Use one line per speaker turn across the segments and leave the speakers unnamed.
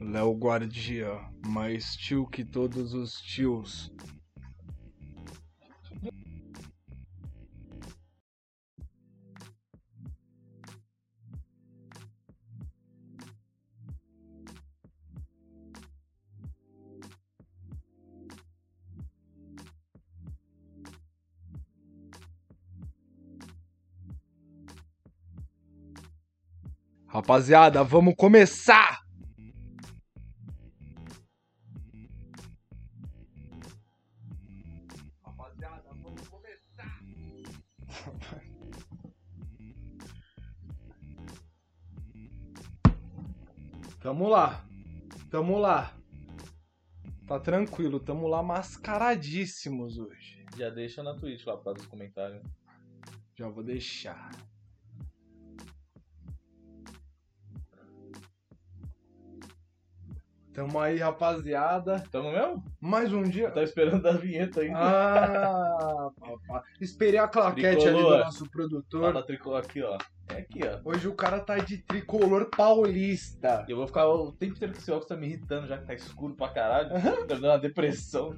Léo Guardia, mais tio que todos os tios. Rapaziada, vamos começar! Rapaziada, vamos começar! Tamo lá, tamo lá. Tá tranquilo, tamo lá mascaradíssimos hoje.
Já deixa na Twitch lá por causa dos comentários.
Já vou deixar. Tamo aí, rapaziada.
Tamo mesmo?
Mais um dia.
Eu tava esperando a vinheta ainda.
Ah, papai. Esperei a claquete ali
Tricolor.
do nosso
Tá
produtor.
na tricolor aqui, ó. É aqui, ó.
Hoje o cara tá de tricolor paulista.
E Eu vou ficar o tempo inteiro com esse óculos tá me irritando, já que tá escuro pra caralho. tá me dando uma depressão.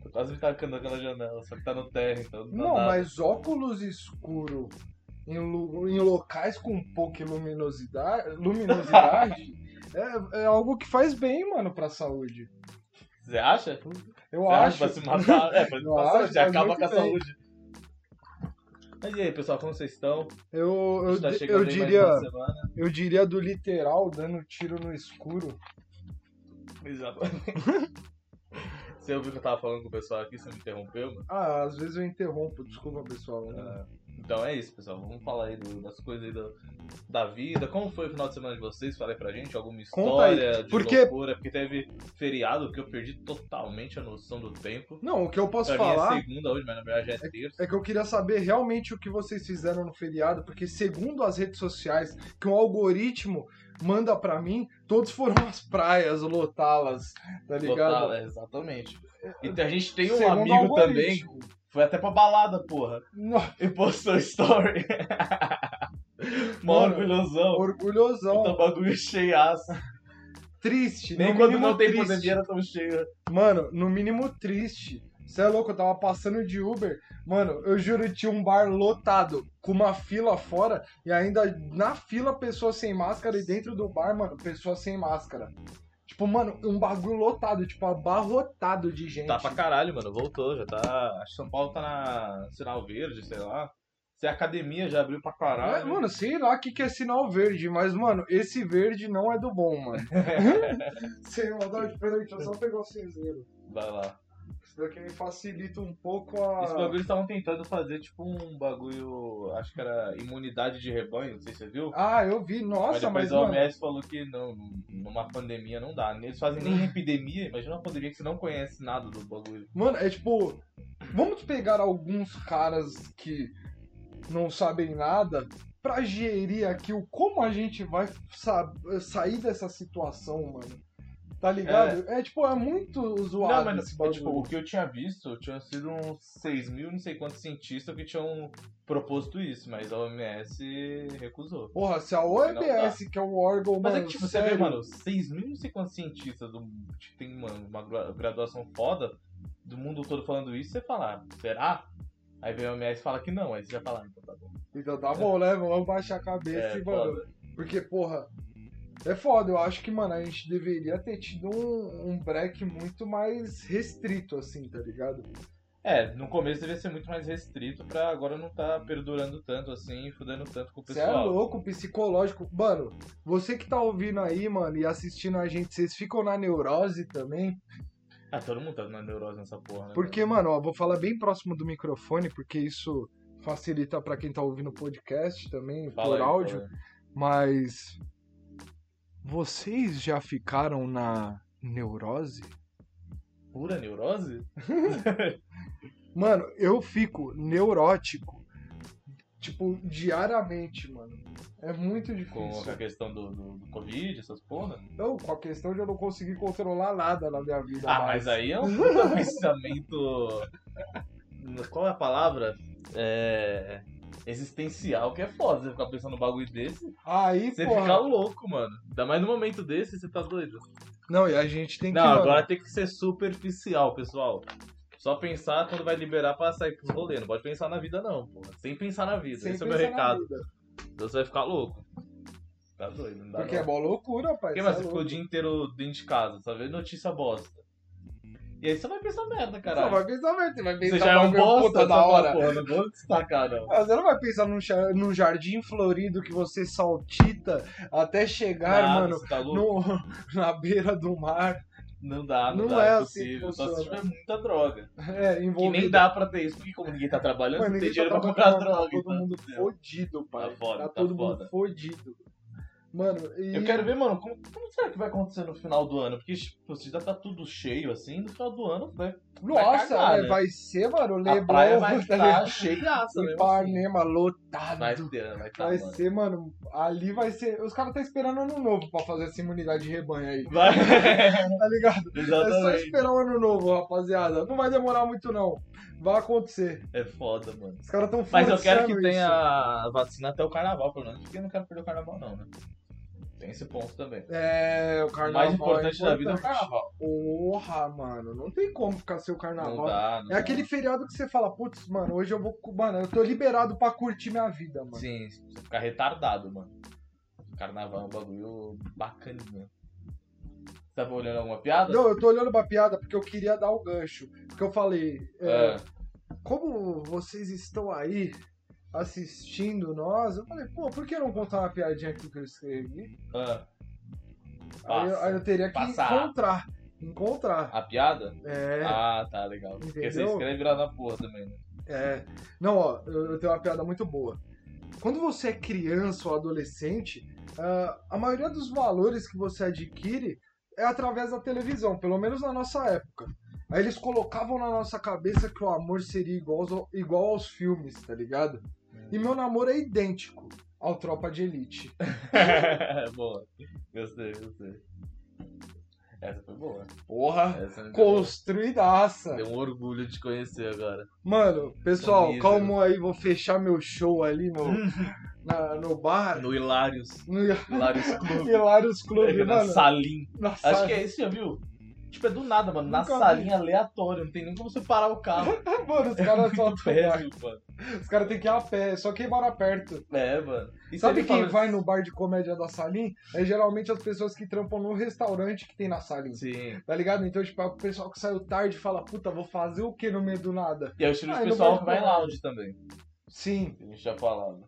Tô quase me tacando naquela janela, só que tá no terra, então não, dá
Não,
nada.
mas óculos escuro em, lu- em locais com pouca luminosidade, luminosidade é, é algo que faz bem, mano, pra saúde.
Você acha? Você
Eu
acha
acho.
pra se matar? É, pra se
Eu
matar,
acho,
já
faz
acaba
muito
com a
bem.
saúde. Mas e aí, pessoal, como vocês estão?
Eu,
A
eu,
gente tá
di-
chegando
eu
aí mais
diria,
uma semana.
eu diria do literal dando tiro no escuro.
Exatamente. Você ouviu que eu tava falando com o pessoal aqui, você me interrompeu, mano?
Ah, às vezes eu interrompo, desculpa pessoal. né?
Ah, Então é isso, pessoal. Vamos falar aí do- das coisas aí do- da vida. Como foi o final de semana de vocês? Fala aí pra gente alguma
Conta aí,
história de
porque-
loucura. Porque teve feriado que eu perdi totalmente a noção do tempo.
Não, o que eu posso
pra
falar.
mim é segunda hoje, mas na verdade já é terça.
É que eu queria saber realmente o que vocês fizeram no feriado, porque segundo as redes sociais que um algoritmo manda pra mim, todos foram às praias lotá-las, tá ligado?
Total, é, exatamente. Então a gente tem um
Segundo
amigo também.
algoritmo.
Foi até pra balada, porra.
Nossa,
E postou story. Mó
Mano,
orgulhosão.
orgulhosão.
Puta bagulho cheiaço.
Triste,
Então, Nem
no
quando
mínimo
não tem
triste.
pandemia era tão cheio.
Mano, no mínimo triste. Você é louco, eu tava passando de Uber. Mano, eu juro, tinha um bar lotado, com uma fila fora, e ainda na fila pessoas sem máscara, e dentro do bar, mano, pessoas sem máscara. Tipo, mano, um bagulho lotado, tipo, abarrotado de gente.
Tá pra caralho, mano. Voltou, já tá. Acho que São Paulo tá na sinal verde, sei lá. Se a academia já abriu pra
É,
caralho.
mano, sei lá o que, que é sinal verde, mas, mano, esse verde não é do bom, mano. Sem maldade, peraí, deixa eu só pegar o cinzeiro.
Vai lá.
Isso daqui me facilita um pouco a.
Esse bagulho eles estavam tentando fazer tipo um bagulho. Acho que era imunidade de rebanho, não sei se você viu.
Ah, eu vi, nossa, mas.
mas depois a
mano,
OMS falou que não, numa pandemia não dá. Eles fazem nem epidemia, imagina uma pandemia que você não conhece nada do bagulho.
Mano, é tipo. Vamos pegar alguns caras que não sabem nada pra gerir aqui o como a gente vai sa- sair dessa situação, mano. Tá ligado? É, tipo, é muito zoado
não, mas
esse
é,
bagulho.
tipo, o que eu tinha visto, tinha sido uns 6 mil, não sei quantos cientistas que tinham proposto isso, mas a OMS recusou.
Porra, se a OMS, que é o órgão
Mas
mano,
é que, tipo, você
sério,
vê, mano, 6 mil não sei quantos cientistas do, que tem, mano, uma gra- graduação foda do mundo todo falando isso, você fala, ah, será? Aí vem o OMS e fala que não, aí você já fala, ah, então tá bom.
Então tá bom, né? Vamos baixar a cabeça
É,
e, mano.
foda.
Porque, porra, é foda. Eu acho que, mano, a gente deveria ter tido um, um break muito mais restrito, assim, tá ligado?
É, no começo devia ser muito mais restrito pra agora não tá perdurando tanto assim, fudendo tanto com o
Você é
pessoal.
louco, psicológico. Mano, você que tá ouvindo aí, mano, e assistindo a gente, vocês ficam na neurose também?
Ah, todo mundo tá na neurose nessa porra, né?
Porque, mano, ó, vou falar bem próximo do microfone, porque isso facilita pra quem tá ouvindo o podcast também,
Fala aí, é
por áudio.
fala aí.
Mas. Vocês já ficaram na neurose?
Pura neurose?
Mano, eu fico neurótico. Tipo, diariamente, mano. É muito
Com
difícil.
a questão do, do, do Covid, essas porra?
Não, com a questão de eu não conseguir controlar nada na minha vida.
Ah,
mais.
mas aí é um puta pensamento. Qual é a palavra? É. Existencial, que é foda você ficar pensando num bagulho desse.
Aí,
Você
porra.
fica louco, mano. Ainda mais no momento desse, você tá doido.
Não, e a gente tem que.
Não,
mano,
agora tem que ser superficial, pessoal. Só pensar quando vai liberar pra sair pros rolê. Não pode pensar na vida, não, pô. Sem pensar na vida.
sem
Esse é o meu
pensar na
recado.
vida.
Então você vai ficar louco. Tá doido, não dá
Porque é
não.
mó loucura, rapaz. cê
Porque,
é
mano, você ficou o
louco.
dia inteiro dentro de casa, só vendo notícia bosta. E aí você vai pensar merda,
Você
caralho.
vai pensar, merda, você vai
Você
pensar
já é um
bagulho
bosta
puta
você
da
fala,
hora.
Porra, não vou destacar, não.
Ah, Você não vai pensar num, cha- num jardim florido que você saltita até chegar,
Nada,
mano,
você tá louco?
no- na beira do mar.
Não dá, não,
Não
dá,
é
é
assim que
impossível. Só se
funciona.
tiver muita droga.
É,
Que nem
envolvido.
dá pra ter isso, porque como ninguém tá trabalhando,
Mano,
não
ninguém
tem
tá
dinheiro pra comprar
trabalhando,
droga.
Todo
então,
mundo
entendeu?
fodido, pai.
Tá foda, tá
todo
foda.
mundo fodido. Mano, e.
Eu quero ver, mano, como, como será que vai acontecer no final do ano? Porque, tipo, se já tá tudo cheio, assim, no final do ano vai...
Nossa,
vai cagar,
é,
né?
vai ser, mano.
a
Leblon,
praia vai
tá
estar
ligado?
tá cheiaça mesmo assim.
Ipanema lotado.
Vai ter, vai estar,
Vai
Tá, mano.
ser, mano. Ali vai ser. Os caras tá esperando ano novo pra fazer essa imunidade de rebanho aí.
Vai,
Tá ligado? É só
exatamente.
esperar o ano novo, rapaziada. Não vai demorar muito, não. Vai acontecer.
É foda, mano.
Os caras tão
Mas
forçando
eu quero que
isso.
tenha a vacina até o carnaval, pelo menos, porque eu não quero perder o carnaval, não, né? Tem esse ponto também.
É, o
O
carnaval.
mais importante
é
da vida é o
importante.
carnaval.
Porra, mano. Não tem como ficar sem o
Não
carnaval.
dá, não
É aquele feriado que você fala, putz, mano, hoje eu vou. cu- Mano, eu tô liberado pra curtir minha vida, mano.
Sim, você fica retardado, mano. Carnaval é um bagulho bacaninha. Você tava olhando alguma piada?
Não, eu tô olhando pra piada porque eu queria dar o gancho. Porque eu falei, é,
É.
como vocês estão aí assistindo nós, eu falei, pô, por que não contar uma piadinha aqui que eu escrevi?
é.
Aí, eu-
Passa.
aí eu teria que
Passar.
encontrar. Encontrar.
A piada?
É,
Ah, tá, legal. Porque você
Entendeu?
escreve lá na porra também, né?
é. Não, ó, eu, eu tenho uma piada muito boa. Quando você é criança ou adolescente, ah, a maioria dos valores que você adquire é através da televisão, pelo menos na nossa época. Aí eles colocavam na nossa cabeça que o amor seria igual aos, igual aos filmes, tá ligado? E meu namoro é idêntico ao Tropa de Elite.
boa. Gostei, gostei. Essa foi boa.
Porra!
Essa me deu-
Construidaça!
Deu um orgulho de conhecer agora.
Mano, pessoal,
Mísero.
calma aí, vou fechar meu show ali no, na- no bar.
No Hilários.
No
Hilários Clube.
Hilários
É,
Clube,
na
mano.
Salim.
Nossa,
Acho que é isso, já viu? Tipo, é do nada, mano. Na
Nunca vi.
salinha aleatória. Não tem nem como você parar o carro.
mano, os caras só
Péssimo, mano.
Os caras têm que ir a pé, só quem mora perto.
É, mano. E
Sabe
você
quem
fala-
vai no bar de comédia da Salim? É geralmente as pessoas que trampam no restaurante que tem na Salim.
Sim.
Tá ligado? Então, tipo, é o pessoal que saiu tarde e fala, puta, vou fazer o que no meio do nada?
E é o estilo
Ah,
de
e no
pessoal
banco
que vai em
do lado.
lounge também.
Sim.
que A gente já falava.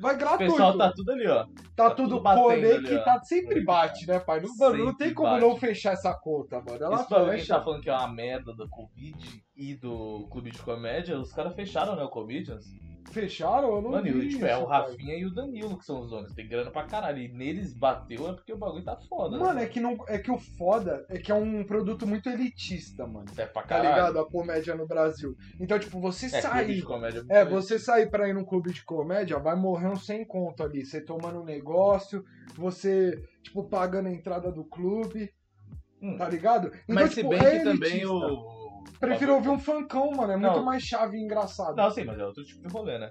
Vai
O
gratuito.
pessoal tá tudo ali, ó.
Tá
Tá
tudo
tudo batendo
porém
ali,
que
ó.
tá sempre bate, né, pai? Não, mano, não
Sempre
tem como
bate.
não fechar essa conta, mano. Ela
Esse bagulho que a gente
fecha.
tá falando que é uma merda do Covid e do clube de comédia, os caras fecharam, né, o Comedians.
Fecharam? Eu não
Mano, e
vi
o, tipo, é
isso,
o
pai.
Rafinha e o Danilo que são os donos. Tem grana pra caralho. E neles bateu é porque o bagulho tá foda. né?
Mano, é que, não, é que o foda é que é um produto muito elitista, mano.
é pra
Tá
caralho.
ligado? A comédia no Brasil. Então, tipo, você
É, clube
sair.
de comédia muito
É,
bom.
você sair pra ir num clube de comédia, vai morrer um sem conto ali. Você tomando um negócio, você, tipo, pagando a entrada do clube,
Hum.
tá ligado? Então,
Mas
tipo,
se bem
é
que também
elitista.
o.
Prefiro ouvir um funkão, mano. É
Não.
muito mais chave e engraçado.
Não, sim, mas é outro tipo de rolê, né?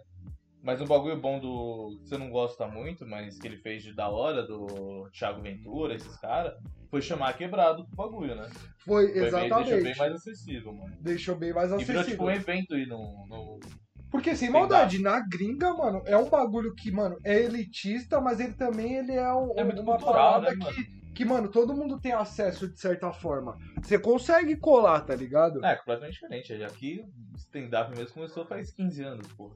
Mas um bagulho bom do. que você não gosta muito, mas que ele fez de da hora, do Thiago Ventura, esses caras, foi chamar quebrado pro bagulho, né?
Foi,
Foi bem-
exatamente.
Deixou bem mais acessível, mano.
Deixou bem mais
E virou
acessível.
tipo um evento aí no. no...
Porque sem
Sim,
maldade, na gringa, mano, é um bagulho que, mano, é elitista, mas ele também ele é, um-
É muito
uma
cultural,
parada
né,
que, que, mano, todo mundo tem acesso de certa forma. Você consegue colar, tá ligado?
É, completamente diferente. Já que stand-up mesmo começou faz 15 anos, pô.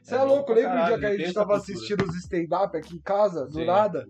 Você é, louco,
pra
lembra o dia
caralho,
que a
tem
gente
essa
tava
cultura.
assistindo os stand-up aqui em casa, do
Sim.
nada?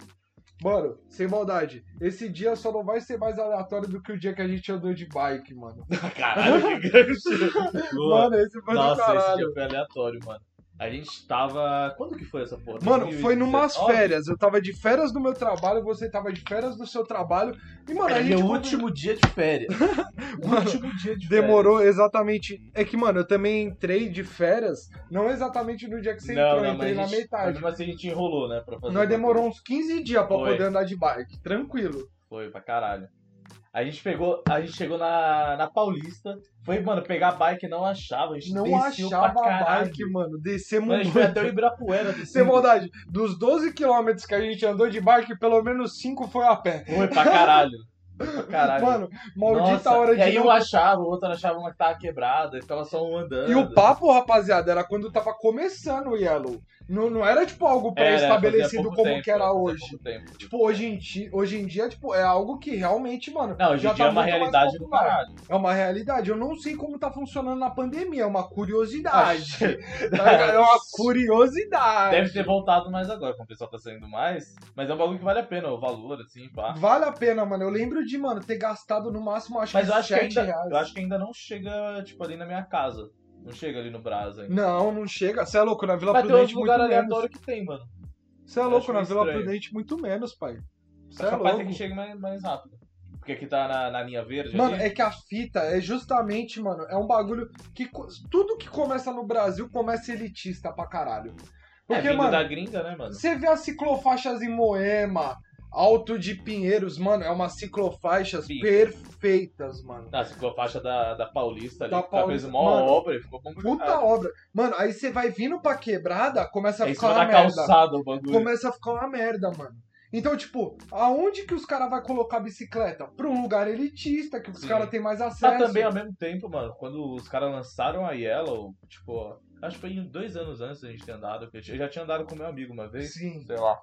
Mano, sem maldade, esse dia só não vai ser mais aleatório do que o dia que a gente andou de bike, mano.
Caralho, que gancho! Boa.
Mano, esse foi do
Nossa, esse
caralho.
dia foi aleatório, mano. A gente tava. Quando que foi essa porra?
Mano, foi
2019?
numas férias. Eu tava de férias do meu trabalho, você tava de férias do seu trabalho. E, mano,
Era
a gente.
meu
conver-
último dia de férias.
Mano,
último dia de
Demorou exatamente. É que, mano, eu também entrei de férias, não exatamente no dia que você
férias.
entrou, eu entrei
mas a
na
gente- Mas
metade.
mesmo assim a gente enrolou, né? Pra fazer
Nós
o
demorou um- uns 15 dias pra
Foi.
poder andar de bike, tranquilo.
bagulho. Foi pra caralho. A gente pegou, a gente chegou na, na Paulista. Foi, mano, pegar a bike não achava. A gente
Não
desceu
achava
pra
a
caralho.
bike, mano. Descemos
Mano, a gente
muito.
foi até o Ibirapuera. assim. descendo.
Sem maldade, dos 12 quilômetros que a gente andou de bike, pelo menos 5 foi a pé.
Foi pra caralho. pra Caralho.
Mano, maldita
Nossa,
hora
E
de.
aí
não-
um achava, o outro achava uma que tava quebrada, e ficava só um andando.
E o papo, rapaziada, era quando tava começando o Yellow. Não, não era, tipo, algo
Era,
pré-estabelecido
fazia pouco
como
tempo,
que era
fazia
hoje.
pouco tempo.
Tipo, hoje em, ti- hoje em dia, tipo, é algo que realmente, mano.
Não, hoje
já
em dia
tá
é uma
muito mais
realidade do
popular.
caralho.
É uma realidade. Eu não sei como tá funcionando na pandemia. É uma curiosidade.
Acho-
tá ligado? é uma curiosidade.
Deve ter voltado mais agora, como o pessoal tá saindo mais. Mas é um bagulho que vale a pena, o valor, assim, pá.
Vale a pena, mano. Eu lembro de, mano, ter gastado no máximo, acho
Mas
que
eu acho que,
7
ainda,
reais.
eu acho que ainda não chega, tipo, ali na minha casa. Não chega ali no Brás ainda.
Não, não chega. Você é louco, na Vila
Mas tem uns
Prudente muito
lugares
menos.
aleatórios que tem, mano.
Você é
Eu
louco,
acho
na
meio
Vila
estranho.
Prudente muito menos, pai. Você é
Capaz até
louco.
que chegue mais, mais rápido. Porque aqui tá na, na linha verde
Mano,
ali.
é que a fita é justamente, mano, é um bagulho que co- tudo que começa no Brasil começa elitista pra caralho. Porque,
É, vindo
mano,
da gringa, né, mano?
você vê as ciclofaixas em Moema, Alto de Pinheiros, mano, é umas ciclofaixas
Sim.
perfeitas, mano.
Na ciclofaixa da, da Paulista ali,
Da
que o cara fez
Paulista,
uma
mano.
obra e ficou complicado.
Puta obra. Mano, aí você vai vindo pra quebrada, começa a
é em
ficar
cima
uma
da
merda.
calçada né? o bagulho.
começa a ficar uma merda, mano. Então, tipo, aonde que os caras vão colocar a bicicleta? Pra um lugar elitista, que os
Sim.
caras têm mais acesso.
Mas Tá também, ao mesmo tempo, mano, quando os caras lançaram a Yellow, tipo, acho que foi dois anos antes da gente ter andado, porque eu já tinha andado com meu amigo uma vez,
Sim.
sei lá.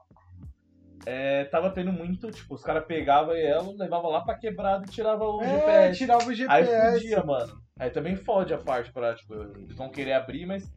É, tava tendo muito, tipo, os caras pegavam a Yellow, levavam lá pra quebrada e tiravam o
É,
GPS.
tirava o
Aí
GPS.
fudia, mano. Aí também fode a parte pra, tipo, eles vão querer abrir, mas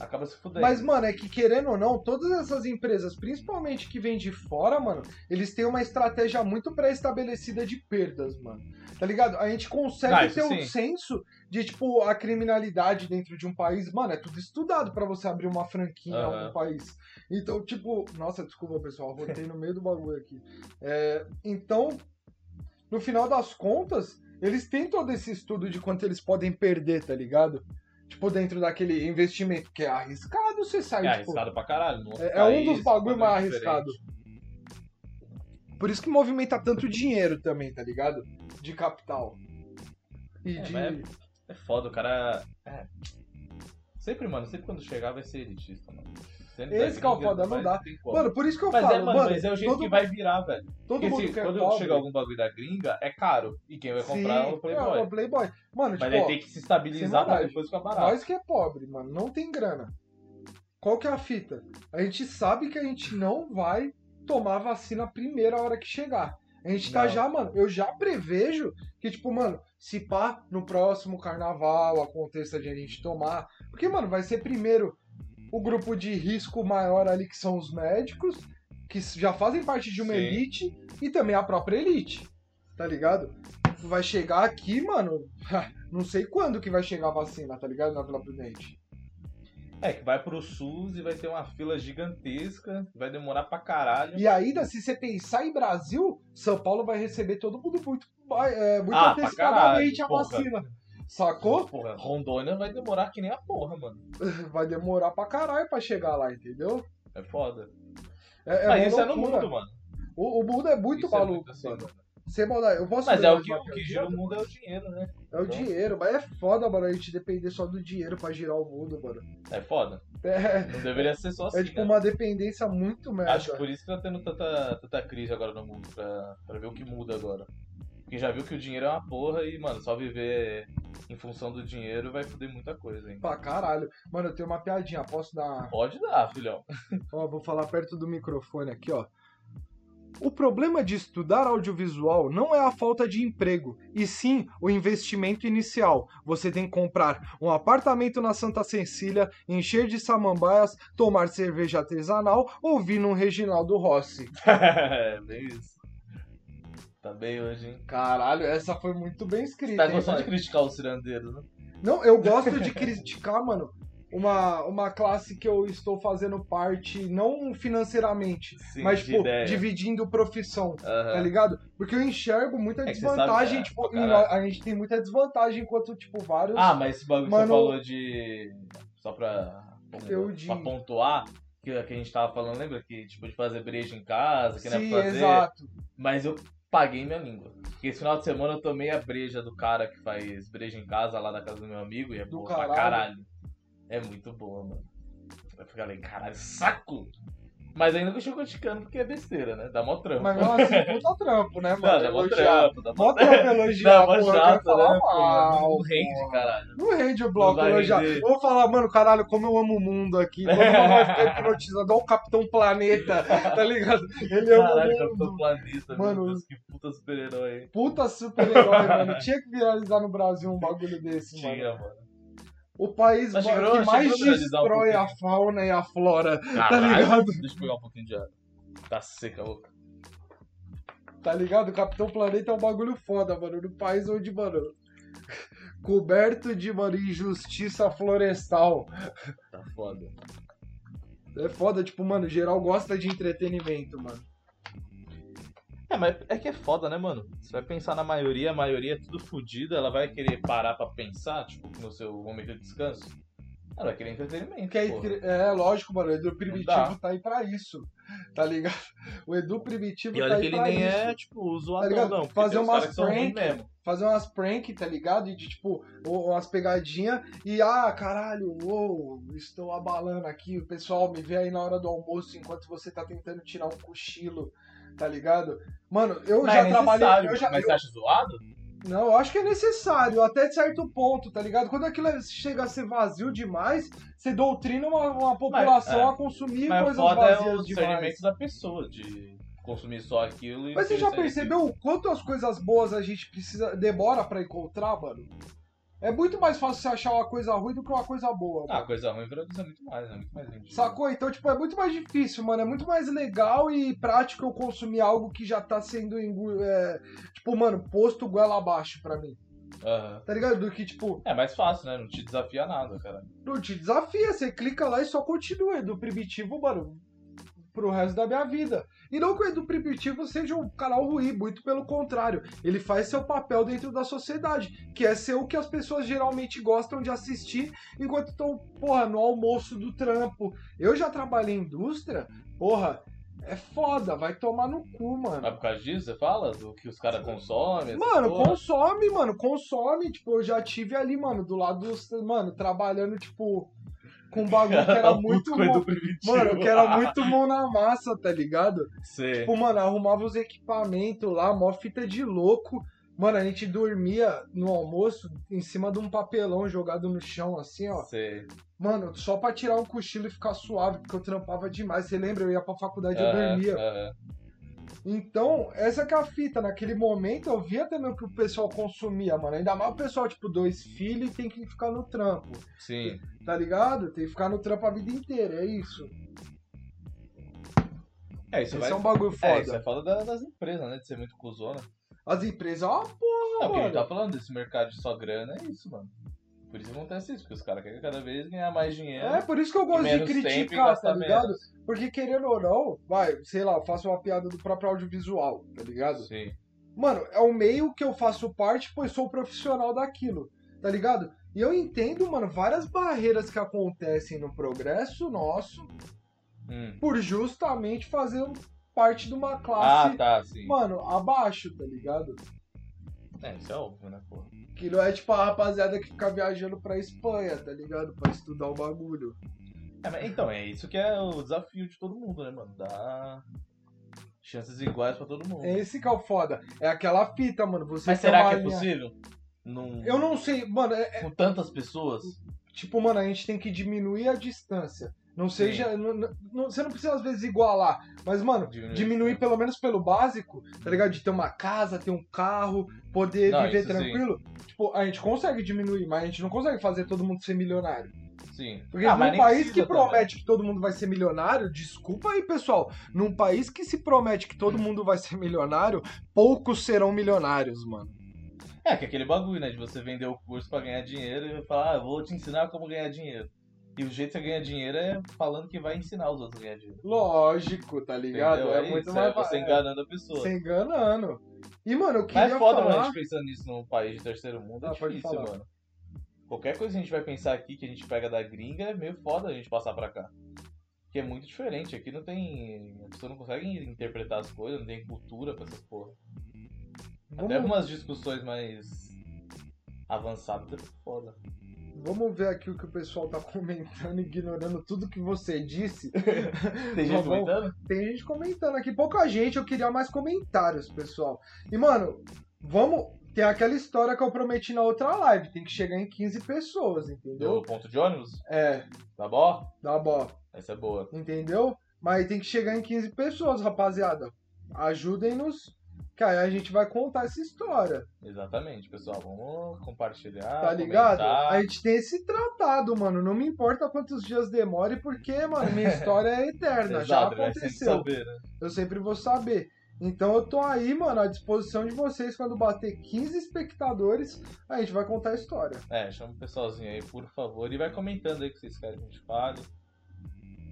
acaba se fudendo.
Mas, mano, é que querendo ou não, todas essas empresas, principalmente que vêm de fora, mano, eles têm uma estratégia muito pré-estabelecida de perdas, mano. Tá ligado? A gente consegue
Ah, isso
ter um
sim.
senso de, tipo, a criminalidade dentro de um país. Mano, é tudo estudado pra você abrir uma franquinha em
Aham.
algum país. Então, tipo, nossa, desculpa, pessoal, botei no meio do bagulho aqui. É, então, no final das contas, eles têm todo esse estudo de quanto eles podem perder, tá ligado? Tipo, dentro daquele investimento que é arriscado, você sai,
é
tipo,
arriscado pra caralho. não
é, é
tá
um dos
isso,
bagulho
bagulho
mais
diferente.
arriscado. Por isso que movimenta tanto dinheiro também, tá ligado? De capital. E
É,
de.
mas É foda, o cara. É. Sempre, mano, sempre quando chegar vai ser elitista, mano. Sempre
Esse
tá
que é o
gringa,
foda, não
vai,
dá.
tem como.
Mano, por isso que eu
mas
falo,
é, mano, mas é o jeito
todo,
que vai virar, velho.
todo
Porque
mundo
se,
quer
quando
pobre.
chegar algum bagulho da gringa, é caro. E quem vai comprar é
Sim,
o Playboy.
É, o Playboy. Mano,
mas é
tipo,
aí
ó,
tem que se estabilizar
sem
pra
maldade.
depois ficar barato.
Nós que é pobre, mano, não tem grana. Qual que é a fita? A gente sabe que a gente não vai tomar a vacina a primeira hora que chegar. A gente tá
Não.
já, mano, eu já prevejo que, tipo, mano, se pá, no próximo carnaval aconteça de a gente tomar. Porque, mano, vai ser primeiro o grupo de risco maior ali, que são os médicos, que já fazem parte de uma
Sim.
elite, e também a própria elite. Tá ligado? Vai chegar aqui, mano, não sei quando que vai chegar a vacina, tá ligado? Na Vila Prudente.
É, que vai pro SUS e vai ter uma fila gigantesca, vai demorar pra caralho.
E ainda, se você pensar em Brasil, São Paulo vai receber todo mundo muito, é, muito
Ah, pra
antecipadamente
caralho,
a
porra.
vacina. Sacou?
Porra, Rondônia vai demorar que nem a porra, mano.
Vai demorar pra caralho pra chegar lá, entendeu?
É foda.
É, é
mas
uma
isso é no
loucura.
mundo, mano.
O, o mundo é muito
Isso é
maluco,
assim,
mano.
mano.
Sem maldade, eu posso
Mas
ler
é o
mais
que,
uma
o que
pergunta?
gira o mundo é o dinheiro, né?
É o dinheiro, mas é foda, mano, a gente depender só do dinheiro pra girar o mundo, mano.
É foda.
É,
Não deveria ser só assim.
é tipo
né?
uma dependência muito merda.
Acho que por isso que tá tendo tanta, tanta crise agora no mundo, pra, pra ver o que muda agora. Porque já viu que o dinheiro é uma porra e, mano, só viver em função do dinheiro vai foder muita coisa, hein?
Pra caralho. Mano, eu tenho uma piadinha, posso dar uma
Pode dar, filhão.
Ó, vou falar perto do microfone aqui, ó. O problema de estudar audiovisual não é a falta de emprego, e sim o investimento inicial. Você tem que comprar um apartamento na Santa Cecília, encher de samambaias, tomar cerveja artesanal, ouvir um Reginaldo Rossi.
é, bem isso. Tá bem hoje, hein?
Caralho, essa foi muito bem escrita.
Tá
hein,
gostando de
velho?
criticar os cirandeiros, né?
Não, eu gosto de criticar, mano, uma, uma classe que eu estou fazendo parte, não financeiramente,
Sim,
mas,
de
tipo,
ideia.
dividindo profissão.
Aham.
tá ligado? Porque eu enxergo muita
É que você
desvantagem,
sabe, é,
tipo,
pra
em-
caralho.
a gente tem muita desvantagem enquanto, tipo, vários.
Ah, mas esse bagulho que
Mano-
você falou de. Só pra.
Eu de-
Pra pontuar, que, que a gente tava falando, lembra? Que, tipo, de fazer breja em casa, que não é
Sim,
pra fazer.
exato.
Mas eu paguei minha língua. Porque esse final de semana eu tomei a breja do cara que faz breja em casa, lá da casa do meu amigo, e é
Do
boa pra
caralho.
caralho. É muito boa, mano. Eu falei, caralho, saco! Mas ainda que eu criticando porque é besteira, né? Dá mó trampo.
Mas mesmo assim, puta trampo, né, mano?
Não, dá mó
Elogiar.
trampo, dá mó
Mó trampo elogiar,
Não, mas
porra, eu
chato,
quero falar
né, pô?
mal,
Não rende,
porra.
caralho.
Não rende o bloco
Não vai
elogiar.
render.
Eu vou falar, mano, caralho, como eu amo o mundo aqui. Todo mundo vai ficar hipnotizado, olha o Capitão Planeta, tá ligado? Ele ama
Caralho,
o mundo.
Capitão Planeta,
Mano,
meu Deus, que puta super-herói. hein?
Puta super-herói, mano. Tinha que viralizar no Brasil um bagulho desse, mano.
Tinha, mano.
O país
Mas
ma-
chegou-
que mais
chegou a viralizar um
destrói
pouquinho.
a fauna e a flora,
Caralho,
Tá ligado?
Deixa eu pegar um pouquinho de água. Tá seca, louca.
tá ligado? O Capitão Planeta é um bagulho foda, mano. No país onde, mano. Coberto de, mano, injustiça florestal.
Tá foda.
É foda, tipo, mano, geral gosta de entretenimento, mano.
É, mas é que é foda, né, mano? Você vai pensar na maioria, a maioria é tudo fodida, ela vai querer parar pra pensar, tipo, no seu momento de descanso. Ela vai querer entretenimento,
Porque aí
porra.
cri- é lógico, mano, o Edu
dá.
Primitivo tá aí pra isso. Tá ligado? O Edu Primitivo
E
tá
olha
aí
que ele
pra
nem
isso.
é, tipo,
Tá
zoadão,
ligado?
não. porque
Fazer
tem uns
umas
caras que são ruins
prank.
mesmo.
Fazer umas prank, tá ligado? E de tipo, o- umas pegadinhas e ah, caralho, uou, estou abalando aqui. O pessoal me vê aí na hora do almoço enquanto você tá tentando tirar um cochilo, tá ligado? Mano, eu
Mas é
já trabalhei.
necessário,
Eu já,
Mas você acha zoado?
Não, eu acho que é necessário, até certo ponto, tá ligado? Quando aquilo chega a ser vazio demais, você doutrina uma, uma população
é.
a consumir
Mas o
coisas
foda é
vazias
o
demais.
discernimento da pessoa, de consumir só aquilo e...
Mas você
ser
já
seletivo.
percebeu o quanto as coisas boas a gente precisa demora pra encontrar, mano? É muito mais fácil você achar uma coisa ruim do que uma coisa boa, mano.
Ah, coisa ruim viraliza muito mais, né? Muito mais gente.
Sacou? Então, tipo, é muito mais difícil, mano. É muito mais legal e prático eu consumir algo que já tá sendo, engu- é, tipo, mano, posto goela abaixo pra mim.
Aham.
Tá ligado? Do que, tipo,
É mais fácil, né? Não te desafia nada, cara.
Não te desafia, você clica lá e só continua. Edu Primitivo, mano, pro resto da minha vida. E não que o Edu Primitivo seja um canal ruim, muito pelo contrário. Ele faz seu papel dentro da sociedade, que é ser o que as pessoas geralmente gostam de assistir enquanto estão, porra, no almoço do trampo. Eu já trabalhei em indústria, porra, é foda, vai tomar no cu, mano.
Mas por causa disso, você fala do que os caras consomem? essas
Mano,
porra?
consome, mano, consome. Tipo, eu já tive ali, mano, do lado dos. Mano, trabalhando, tipo, com um bagulho que era muito.
coisa
mão-
primitiva.
Mano, que era muito mão na massa, tá ligado?
Sei.
Tipo, mano, arrumava os equipamentos lá, mó fita de louco. Mano, a gente dormia no almoço em cima de um papelão jogado no chão, assim, ó.
Sei.
Mano, só pra tirar um cochilo e ficar suave, porque eu trampava demais. Você lembra? Eu ia pra faculdade, eu
Aham,
dormia.
aham.
Então, essa que é a fita. Naquele momento eu via também o que o pessoal consumia, mano. Ainda mais o pessoal, tipo, dois filhos e tem que ficar no trampo,
Sim.
tá ligado? Tem que ficar no trampo a vida inteira, é isso.
É, isso
Isso
vai.
é um bagulho
É, isso
foda.
é foda da- das empresas, né? De ser muito cuzona.
As empresas, ó,
É o que a gente
mano.
tá falando desse mercado de só grana, é isso, mano. Por isso que acontece isso, porque os caras querem cada vez ganhar mais dinheiro.
é por isso que eu gosto de
menos tempo e
criticar,
gastar
tá ligado?
menos.
Porque querendo ou não, vai, sei lá, eu faço uma piada do próprio audiovisual, tá ligado?
Sim.
Mano, é um meio que eu faço parte, pois sou profissional daquilo, tá ligado? E eu entendo, mano, várias barreiras que acontecem no progresso nosso
Hum.
por justamente fazer um parte de uma
Ah,
classe,
tá, sim.
mano, abaixo, tá ligado?
É, isso é óbvio, né, porra?
Que não é tipo a rapaziada que fica viajando pra Espanha, tá ligado? Pra estudar o bagulho.
É, mas então, é isso que é o desafio de todo mundo, né, mano? Dá chances iguais pra todo mundo.
É esse que é o foda. É aquela fita, mano. Você
Hum. Mas
tem
será
uma
que é
linha-
possível? Num...
Eu não sei, mano, é-
Com tantas pessoas?
Tipo, mano, a gente tem que diminuir a distância. Não
Sim.
seja. não- não- não- você não precisa, às vezes, igualar. Mas, mano,
Diminuir.
diminuir pelo menos pelo básico, tá ligado? De ter uma casa, ter um carro, poder
Não,
viver
isso sim.
tranquilo. Tipo, a gente consegue diminuir, mas a gente não consegue fazer todo mundo ser milionário.
Sim.
Porque
Ah, mas
num
nem
país
precisa
que
também.
promete que todo mundo vai ser milionário, desculpa aí, pessoal. Num país que se promete que todo mundo vai ser milionário, poucos serão milionários, mano.
É, que é aquele bagulho, né? De você vender o curso pra ganhar dinheiro e falar, ah, eu vou te ensinar como ganhar dinheiro. E o jeito que você ganha dinheiro é falando que vai ensinar os outros a ganhar dinheiro.
Lógico, tá ligado?
Entendeu?
É, muito
isso,
mais
é você
é,
enganando a pessoa.
Você enganando. E, mano, eu
Mas
queria
é foda,
falar...
mano, a gente pensando nisso num país de terceiro mundo é
Ah, pode
difícil,
falar.
mano. Qualquer coisa que a gente vai pensar aqui que a gente pega da gringa é meio foda a gente passar pra cá. Porque é muito diferente. Aqui não tem. A pessoa não consegue interpretar as coisas, não tem cultura pra essas porra. Até
Vamos,
algumas discussões mais avançadas é foda.
Vamos ver aqui o que o pessoal tá comentando, ignorando tudo que você disse.
Tem
Tá
gente
bom.
comentando?
Tem gente comentando aqui, pouca gente, eu queria mais comentários, pessoal. E, mano, vamos. Tem aquela história que eu prometi na outra live, tem que chegar em 15 pessoas,
Do
entendeu?
ponto de ônibus?
É,
Tá bom?
dá bola,
Essa é boa.
entendeu? Mas tem que chegar em 15 pessoas, rapaziada. Ajudem-nos, que aí a gente vai contar essa história,
Exatamente, pessoal. Vamos compartilhar.
tá ligado?
comentar.
A gente tem esse tratado, mano. Não me importa quantos dias demore, porque, mano, minha história é eterna, já
Exato, vai sempre
aconteceu.
saber, né?
eu sempre vou saber. Então eu tô aí, mano, à disposição de vocês quando bater 15 espectadores, a gente vai contar a história.
É, chama o pessoalzinho aí, por favor. E vai comentando aí o que vocês querem que a gente fale.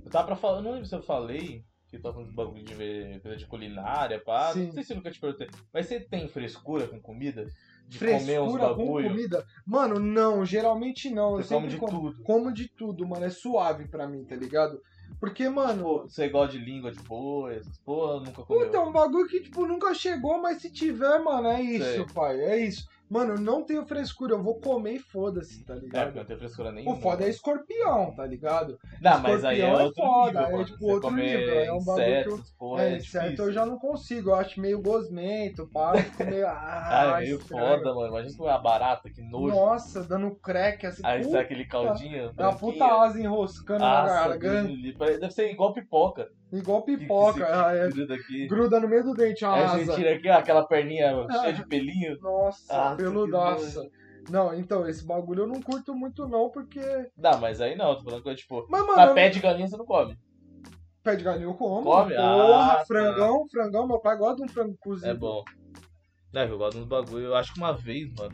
Eu tava pra falar, eu não lembro se eu falei que eu tava falando de bagulho de ver coisa de culinária, pá.
Sim.
Não sei se eu nunca te perguntei. Mas você tem frescura com comida? De comer uns
Frescura com
bagulho?
comida? Mano, não, geralmente não. Eu
Você
sempre
come de
como,
tudo.
como de tudo, mano, é suave pra mim, tá ligado? Porque, mano,
Pô, você gosta de língua de boi, essas porra, nunca comeu.
puta, é um bagulho que, tipo, nunca chegou, mas se tiver, mano, é isso,
Sei.
pai, é isso. Mano, eu não tenho frescura, eu vou comer e foda-se, tá
é, porque
ligado?
não tem frescura nenhuma.
o foda é escorpião, tá ligado?
Não, mas aí é
escorpião é
outro
foda,
nível,
é
mano.
tipo
Você
outro
comer
nível, é um bagulho que eu-
insetos, porra,
É,
é,
inseto
difícil.
eu já não consigo, eu acho meio gosmento, pá, eu fico meio. Ah,
Ah, é meio
estranho.
foda, mano. Imagina comer uma barata, que nojo.
Nossa, dando crack assim.
Aí tá
puta,
sai aquele caldinho. Ah,
dá uma puta né, asa enroscando na
Nossa, Deus
garganta,
me livre. Parece- Deve ser igual pipoca.
igual
Que- que
pipoca.
se-
ah, é,
que gruda aqui.
gruda no meio do dente a
Aí a
asa.
gente tira aqui ó, aquela perninha
Ah.
cheia de pelinho.
Nossa,
Nossa,
peludaça. Não, então, esse bagulho eu não curto muito, não, porque.
Não, mas aí não. Tô falando coisa tipo...
Mas, mano,
Mas
eu
pé de galinha você não come.
não- pé de galinha eu como.
Come?
Porra,
Ah,
frangão, frangão. Meu pai gosta de um frango cozido.
É bom. Não, eu gosto dos bagulho. Eu acho que uma vez, mano.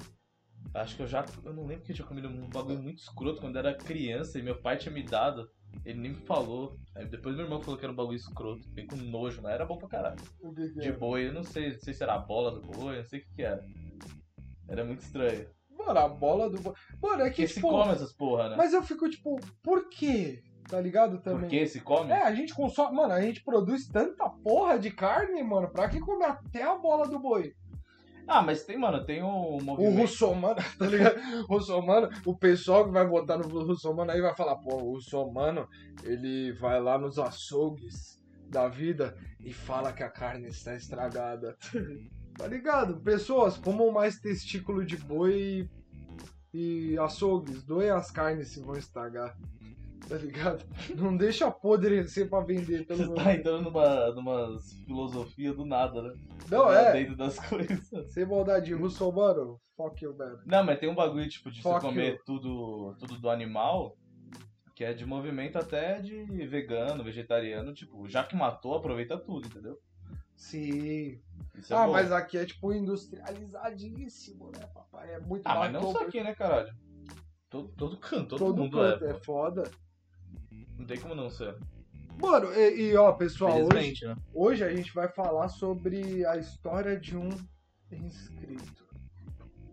Acho que eu já. Eu não lembro que eu tinha comido um bagulho muito escroto quando eu era criança e meu pai tinha me dado. Ele nem me falou. Aí depois meu irmão falou que era um bagulho escroto. Fiquei com nojo, mas era bom pra caralho.
O que que é?
De boi, eu não sei, não sei se era a bola do boi, eu não sei o que, que era. Era muito estranho.
Mano, a bola do. bo- Mano, é que,
Porque se
tipo.
come essas porra, né?
Mas eu fico tipo, por quê? Tá ligado também?
Por que se come?
É, a gente consome. Mano, a gente produz tanta porra de carne, mano, pra que comer até a bola do boi?
Ah, mas tem, mano, tem um
O
movimento.
russomano, tá ligado? O russomano, o pessoal que vai votar no russomano aí vai falar, pô, o russomano, ele vai lá nos açougues da vida e fala que a carne está estragada. tá ligado? Pessoas, comam mais testículo de boi e, e açougues. Doem as carnes se vão estragar. Tá ligado? Não deixa apodrecer pra vender, pelo
Você
menos.
tá entrando numa, numa filosofia do nada, né?
Não, é.
Dentro das coisas.
Sem maldade, russo, mano, fuck you, man.
Não, mas tem um bagulho, tipo, de
Fuck
você comer tudo, tudo do animal, que é de movimento até de vegano, vegetariano, tipo, já que matou, aproveita tudo, entendeu?
Sim.
Isso é
ah,
bom.
mas aqui é tipo industrializadíssimo, né, papai? É muito
Ah, mas não
batom,
só aqui, né, caralho? Todo, todo canto, todo,
todo
mundo
canto,
é.
é foda.
Não tem como não ser.
Mano, e, e, ó, pessoal, hoje,
Felizmente, né?
hoje a gente vai falar sobre a história de um inscrito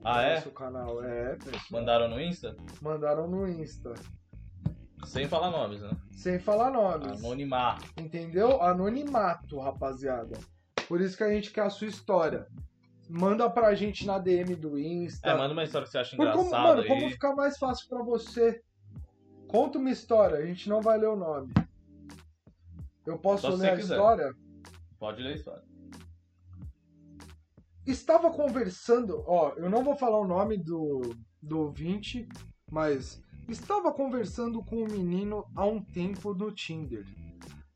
Ah,
do
é?
nosso canal. É, pessoal.
Mandaram no Insta?
Mandaram no Insta.
Sem falar nomes, né? Ah,
Sem falar nomes.
Anonimar.
Entendeu? Anonimato, rapaziada. Por isso que a gente quer a sua história. Manda pra gente na DM do Insta.
É, manda uma história que você acha
Tá. Mas como,
engraçada
mano,
aí.
como ficar mais fácil pra você? Conta uma história, a gente não vai ler o nome. Eu posso
Só se
ler
você
a
quiser.
história?
Pode ler a história.
Estava conversando, ó, eu não vou falar o nome do, do ouvinte, mas estava conversando com um menino há um tempo no Tinder.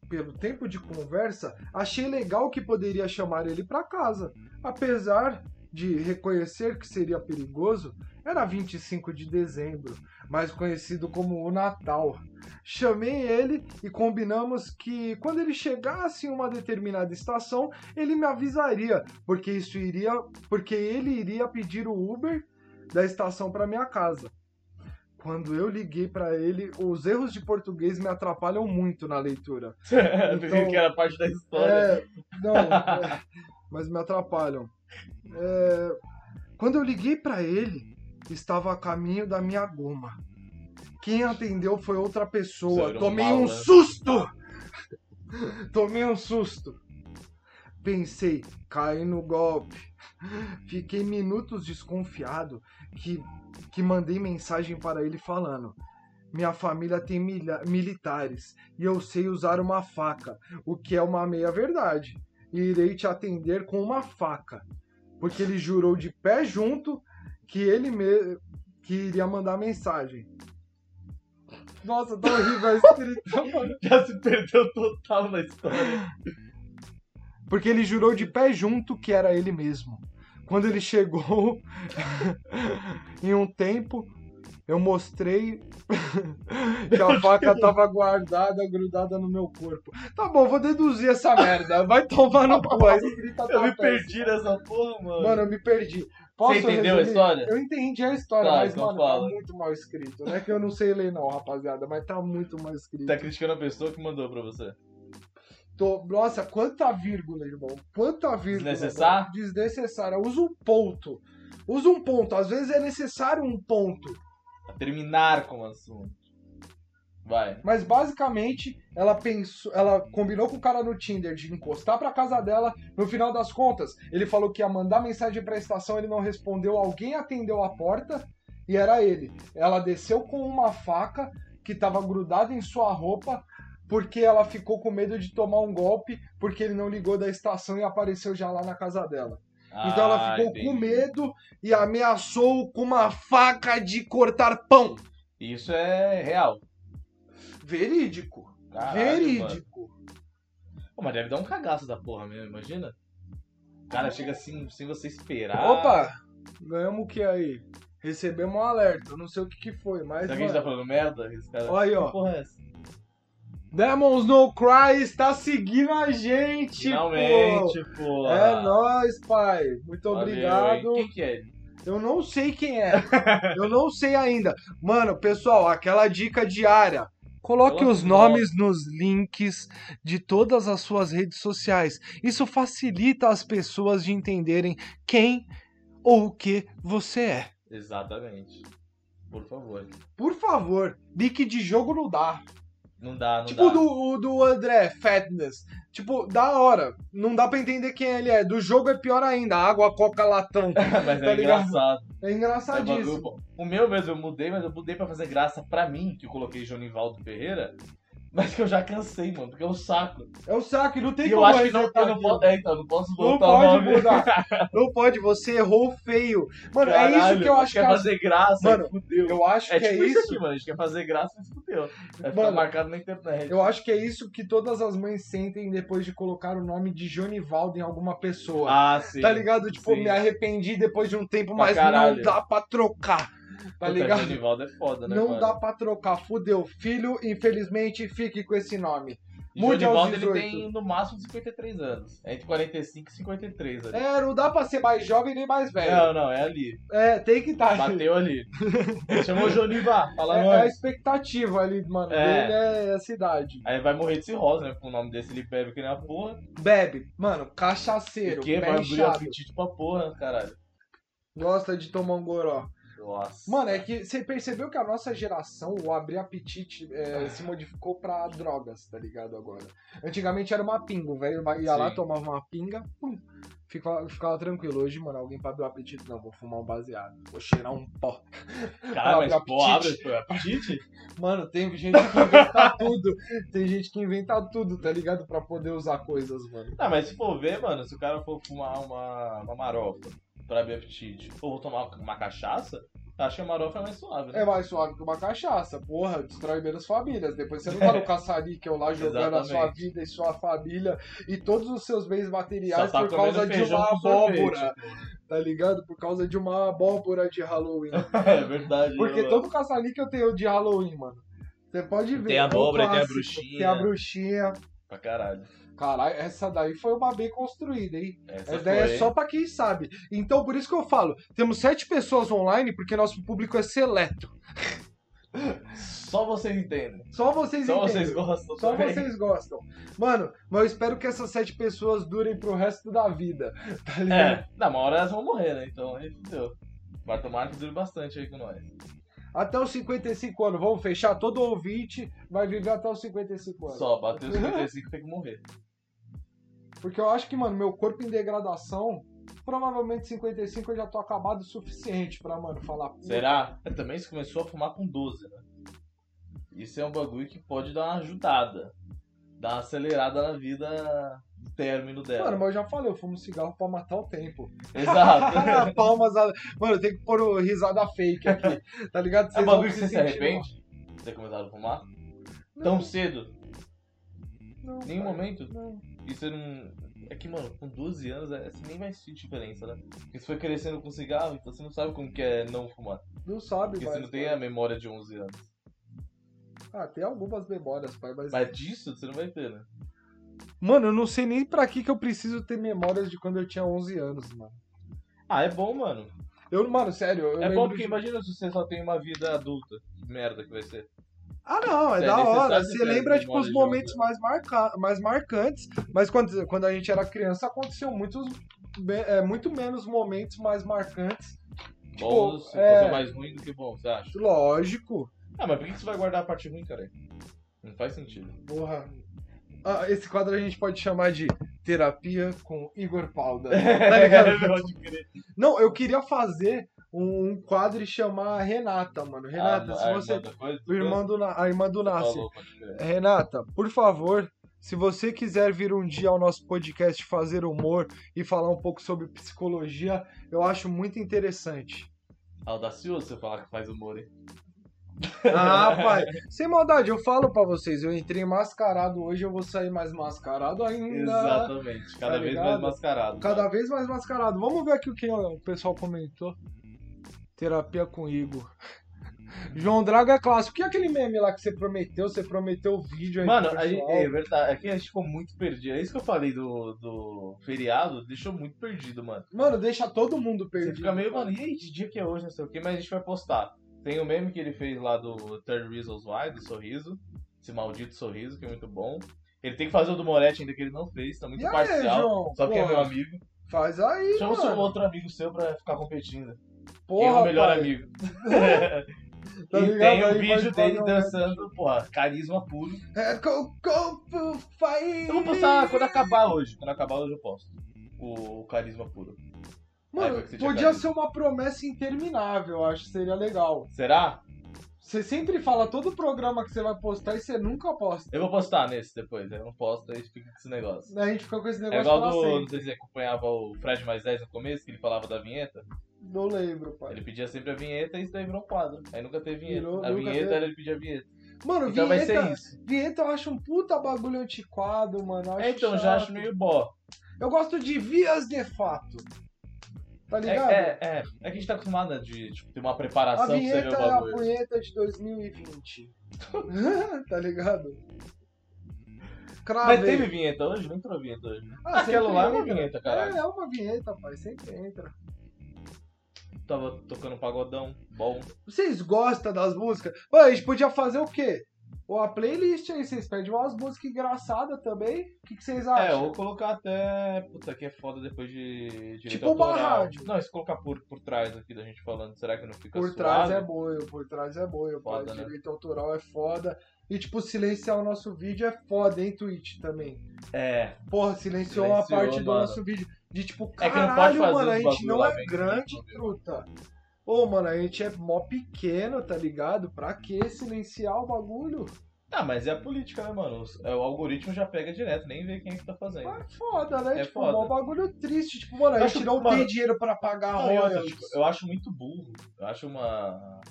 Pelo tempo de conversa, achei legal que poderia chamar ele pra casa. Apesar de reconhecer que seria perigoso, era 25 de dezembro, mais conhecido como o Natal. Chamei ele e combinamos que quando ele chegasse em uma determinada estação, ele me avisaria, porque isso iria, porque ele iria pedir o Uber da estação para minha casa. Quando eu liguei para ele, os erros de português me atrapalham muito na leitura. Então-
que era parte da história.
É, não, é, mas me atrapalham. É, quando eu liguei pra ele, estava a caminho da minha goma. Quem atendeu foi outra
Você
pessoa.
era um
Tomei um
malandro.
susto! Tomei um susto. Pensei, caí no golpe. Fiquei minutos desconfiado que, que mandei mensagem para ele falando. Minha família tem milha- militares e eu sei usar uma faca, o que é uma meia verdade. E irei te atender com uma faca. Porque ele jurou de pé junto que ele me... que iria mandar mensagem. Nossa, tá horrível a escrita, mano.
Já se perdeu total na história.
Porque ele jurou de pé junto que era ele mesmo. Quando ele chegou, em um tempo, eu mostrei que a faca tava guardada, grudada no meu corpo. Tá bom, vou deduzir essa merda. Vai tomar no cu. A escrita
Eu
tá péssima.
me perdi nessa porra, mano.
Mano, eu me perdi. Posso
entendeu a
resumir?
história?
Eu entendi a história,
Tá,
mas,
então
mano,
fala.
tá muito mal escrito. Não é que eu não sei ler, não, rapaziada, mas tá muito mal escrito.
Tá criticando a pessoa que mandou pra você.
Tô- Nossa, quanta vírgula, irmão. Quanta vírgula.
Desnecessário?
mano. Desnecessário. Usa um ponto. Usa um ponto. Às vezes é necessário um ponto.
A terminar com o assunto. Vai.
Mas basicamente, ela pensou, ela combinou com o cara no Tinder de encostar pra casa dela. No final das contas, ele falou que ia mandar mensagem pra estação, ele não respondeu. Alguém atendeu a porta e era ele. Ela desceu com uma faca que tava grudada em sua roupa. Porque ela ficou com medo de tomar um golpe, porque ele não ligou da estação e apareceu já lá na casa dela. Então ela
Ah,
ficou com
entendi.
medo e ameaçou com uma faca de cortar pão.
Isso é real.
Verídico.
Caralho, mano.
Verídico.
Pô, mas deve dar um cagaço da porra mesmo, imagina. O cara chega assim, sem você esperar.
Opa, ganhamos o que aí? Recebemos um alerta, não sei o que, que foi, mas.
Será que a gente tá
mano,
falando merda? Esse cara...
Olha aí,
Que
ó.
porra é essa?
Demons No Cry está seguindo a gente, pô.
Finalmente, pô.
Tipo, É nóis, pai. Muito
Valeu,
obrigado.
hein? Quem que é ele?
Eu não sei quem é. Eu não sei ainda. Mano, pessoal, aquela dica diária. Coloque
Coloque
os
os
nomes nos links de todas as suas redes sociais. Isso facilita as pessoas de entenderem quem ou o que você é.
Exatamente. Por favor.
Por favor, link de jogo não dá.
Não dá, não
tipo
dá.
do, o do André, Fatness. Tipo, da hora. Não dá pra entender quem ele é. Do jogo é pior ainda. Água, coca, latão.
mas
tá
é
ligado?
engraçado.
É
É um bagulho
engraçadíssimo.
bom. o meu mesmo, eu mudei, mas eu mudei pra fazer graça pra mim, que eu coloquei Jonivaldo Ferreira. Mas que eu já cansei, mano, porque é um saco.
É o saco, não tem
E eu
como
acho que não,
resetar
eu não
aquilo.
posso. É, então, eu não posso
Não
voltar o
pode
nome.
mudar. Não pode, você errou feio. Mano, é isso
Caralho,
que eu
mano,
acho que
quer
as-
fazer graça,
Mano,
fudeu.
eu acho
É
que é
tipo isso
isso.
aqui, mano. A gente quer fazer graça, mas fudeu. Vai ficar
Mano,
marcado na internet.
Eu acho que é isso que todas as mães sentem depois de colocar o nome de Jonivaldo em alguma pessoa.
Ah, sim.
tá ligado? Tipo,
sim.
me arrependi depois de um tempo,
Pra
mas
caralho.
não dá pra trocar. Tá
Puta,
ligado?
Jonivaldo é foda, né,
não
mano?
dá pra trocar, fudeu. Filho, infelizmente, fique com esse nome.
E
Mude
Jonivaldo,
aos 18.
ele tem no máximo 53 anos. É entre 45 e 53 ali.
É, não dá pra ser mais jovem nem mais velho.
Não, não, é ali.
É, tem que estar.
Bateu ali. Chamou o Jonivá,
É,
fala
é a
nós.
expectativa ali, mano.
É.
Dele é a cidade.
Aí vai morrer de cirrose, né? Com o nome desse ele bebe que nem a porra.
Bebe, mano, cachaceiro,
Porque
pé
vai abrir o
inchado,
apetite pra porra, né, caralho.
gosta de tomar um goró.
Nossa.
Mano, é que você percebeu que a nossa geração, o abrir apetite, é, se modificou pra drogas, tá ligado? Agora. Antigamente era uma pinga, o velho ia lá,
Sim.
tomava uma pinga, pum, ficava, ficava tranquilo. Hoje, mano, alguém pra abrir o apetite, não, vou fumar um baseado, vou cheirar um pó.
Caralho,
abre
mas pô, abre
apetite.
pô, é apetite?
Mano, tem gente que inventa tudo, tem gente que inventa tudo, tá ligado? Pra poder usar coisas, mano.
Ah, mas se for ver, mano, se o cara for fumar uma, uma marofa pra abrir apetite, ou tomar uma cachaça, acho que a marofa é mais suave, né?
É mais suave que uma cachaça, porra, destrói menos famílias. Depois você não tá no caçariqueu lá jogando a sua
Exatamente.
vida e sua família e todos os seus bens materiais
Só tá
por causa
comendo
de
feijão
uma
com sorvete.
abóbora, tá ligado? Por causa de uma abóbora de Halloween.
É verdade.
Porque
né,
todo caçariqueu tem o de Halloween, mano. Você pode ver.
Tem a
é um
abóbora, tem a
clássico.
bruxinha.
Tem a bruxinha.
mano? Pra caralho.
Caralho, essa daí foi uma bem construída, hein?
Essa
Essa ideia
foi,
é só pra quem sabe. Então, por isso que eu falo, temos sete pessoas online porque nosso público é seleto.
hein? Só vocês entendem.
Só vocês
Só
entendem.
vocês gostam.
Só
também. É.
vocês gostam. Mano, mas eu espero que essas sete pessoas durem pro resto da vida. Tá ligado?
É, na uma hora elas vão morrer, né? Então aí fudeu. Vai tomar que dure bastante aí com nós.
Até os 55 anos. Vamos fechar? Todo ouvinte vai viver até os 55 anos.
Só, bateu os 55 tem que morrer.
Porque eu acho que, mano, meu corpo em degradação, provavelmente 55 eu já tô acabado o suficiente pra, mano, falar. "Puta,
Será? É, Também se começou a fumar com 12, né? Isso é um bagulho que pode dar uma ajudada. Dar uma acelerada na vida do término dela.
Mano, mas eu já falei, eu fumo cigarro pra matar o tempo.
Exato.
Palmas. A... Mano, eu tenho que pôr o risada fake aqui. Tá ligado?
é um
Vocês vão
bagulho que
se
você se
sentir
arrepende de ter começado a fumar?
mal.
Tão cedo?
Não,
Nenhum
cara,
momento?
não.
E você não. É que, mano, com 12 anos é- você nem vai sentir diferença, né? Porque você foi crescendo com cigarro, então você não sabe como que é não fumar.
Não sabe,
Porque
mas,
você não tem a
mano.
memória de 11 anos.
Ah, tem algumas memórias, pai, mas.
Mas disso você não vai ter, né?
Mano, eu não sei nem pra que que eu preciso ter memórias de quando eu tinha 11 anos, mano.
Ah, é bom, mano.
Eu, mano, sério, eu
é
lembro
bom porque
de-
imagina se você só tem uma vida adulta. Que merda que vai ser.
Ah, não, é da
Sério, você
hora.
sabe
Você
ter
lembra, tipo,
memórias
os
de
momentos mais, marca... mais marcantes, mas quando, quando a gente era criança aconteceu muitos, be- é, muito menos momentos mais marcantes.
bom, se
é.
fosse mais ruim do que bom, você acha?
Lógico.
Ah, mas por que que você vai guardar a parte ruim, cara? Não faz sentido.
Porra. Ah, esse quadro a gente pode chamar de Terapia com Igor Palda. Tá ligado?
Pode crer.
não, eu queria fazer um um quadro e chamar a Renata, mano. Renata,
Ah,
se
a
você.
irmã da coisa,
O irmão do, Na- a irmã do Nasser.
falou, pode crer.
Renata, por favor, se você quiser vir um dia ao nosso podcast fazer humor e falar um pouco sobre psicologia, eu acho muito interessante.
É Audacioso você falar que faz humor, hein?
Ah, pai, sem maldade, eu falo pra vocês, eu entrei mascarado hoje, eu vou sair mais mascarado ainda.
Exatamente. Cada
Tá
vez
ligado?
mais mascarado.
Cada vez mais mascarado. Vamos ver aqui o que o pessoal comentou. Terapia com Igor. João Drago é clássico. O que é aquele meme lá que você prometeu? Você prometeu o vídeo aí
Mano,
pro
a gente,
pessoal?
é verdade, aqui a gente ficou muito perdido. É isso que eu falei do, do feriado, deixou muito perdido, mano.
Mano, deixa todo mundo
Você
perdido.
fica meio, mano, e aí, que dia que é hoje, não sei o que, mas a gente vai postar. Tem o meme que ele fez lá do Third Reasons Why, do sorriso, esse maldito sorriso, que é muito bom. Ele tem que fazer o do Moretti ainda, que ele não fez, tá muito
E aí,
parcial.
João?
só que é
Pô,
meu amigo.
Faz aí,
Chama o seu
mano.
outro amigo seu pra ficar competindo. Quem é
Porra,
o melhor
pai.
amigo?
Tá
e
ligado?
tem
Aí
o
vai
vídeo dele
fazer um-
dançando, porra, carisma puro.
É, go, go, pro fight.
Eu vou postar quando acabar hoje. Quando acabar hoje eu posto. O, o carisma puro. Aí
Mano,
vai que você tinha
podia
carisma.
ser uma promessa interminável, eu acho que seria legal.
Será?
Você sempre fala todo programa que você vai postar e você nunca posta. Né,
Eu vou postar nesse depois. Eu não posto, aí fica com esse negócio.
A gente fica com esse
É
negócio
igual
pra
do. Não
sempre.
sei se você acompanhava o Fred mais 10 no começo, que ele falava da vinheta.
Não lembro, pai.
Ele pedia sempre a vinheta e isso daí virou um quadro. Aí nunca teve vinheta.
Virou-
a
nunca
vinheta
teve.
era ele pedia a vinheta.
Mano,
Então vai
vinheta,
ser isso.
vinheta eu acho um puta bagulho antiquado, mano. eu acho
É, então, já
chato.
acho meio bó.
Eu gosto de vias de fato. Tá
É,
ligado?
é, é, é que a gente tá acostumado né, de tipo, ter uma
A
preparação pra você ver
vinheta
o
é a
bagulho.
punheta de 2020. tá ligado? Cravei.
Mas teve vinheta hoje? Não entrou vinheta hoje. né?
Ah,
Aquela
sempre
lá é uma
entra.
vinheta, caralho.
É, é uma vinheta, pai. Sempre entra.
Tava tocando um pagodão, bom.
Vocês gostam das músicas? Pô, a gente podia fazer o quê? Ou a playlist aí, vocês pedem umas músicas engraçadas também? O que, que vocês
É,
acham?
ou colocar até. Puta, que é foda depois de. direito
Tipo uma
autoral.
rádio.
Não, se colocar por, por trás aqui da gente falando, será que não fica
por trás
suave?
é boio, por trás é boio, pai.
Foda, né?
Direito autoral é foda. E, tipo, silenciar o nosso vídeo é foda, hein, Twitch também.
É.
Porra, silenciou, uma
Silenciou,
parte do
mano.
nosso vídeo. De tipo,
É
caralho,
que não pode fazer
mano, a
os
gente
bagulho
não
lá
é
dentro,
grande,
né, também.
truta. Ô, mano, a gente é mó pequeno, tá ligado? Pra que silenciar o bagulho?
Ah, mas é a política, né, mano? Os- é, O algoritmo já pega direto, nem vê quem é que tá fazendo.
É foda, né?
É
tipo,
foda.
mó bagulho triste. Tipo, mano, a
Eu
gente
acho-
não tem
mano,
dinheiro pra pagar a
Não, e outra,
royalties.
tipo, eu acho muito burro. Eu acho uma.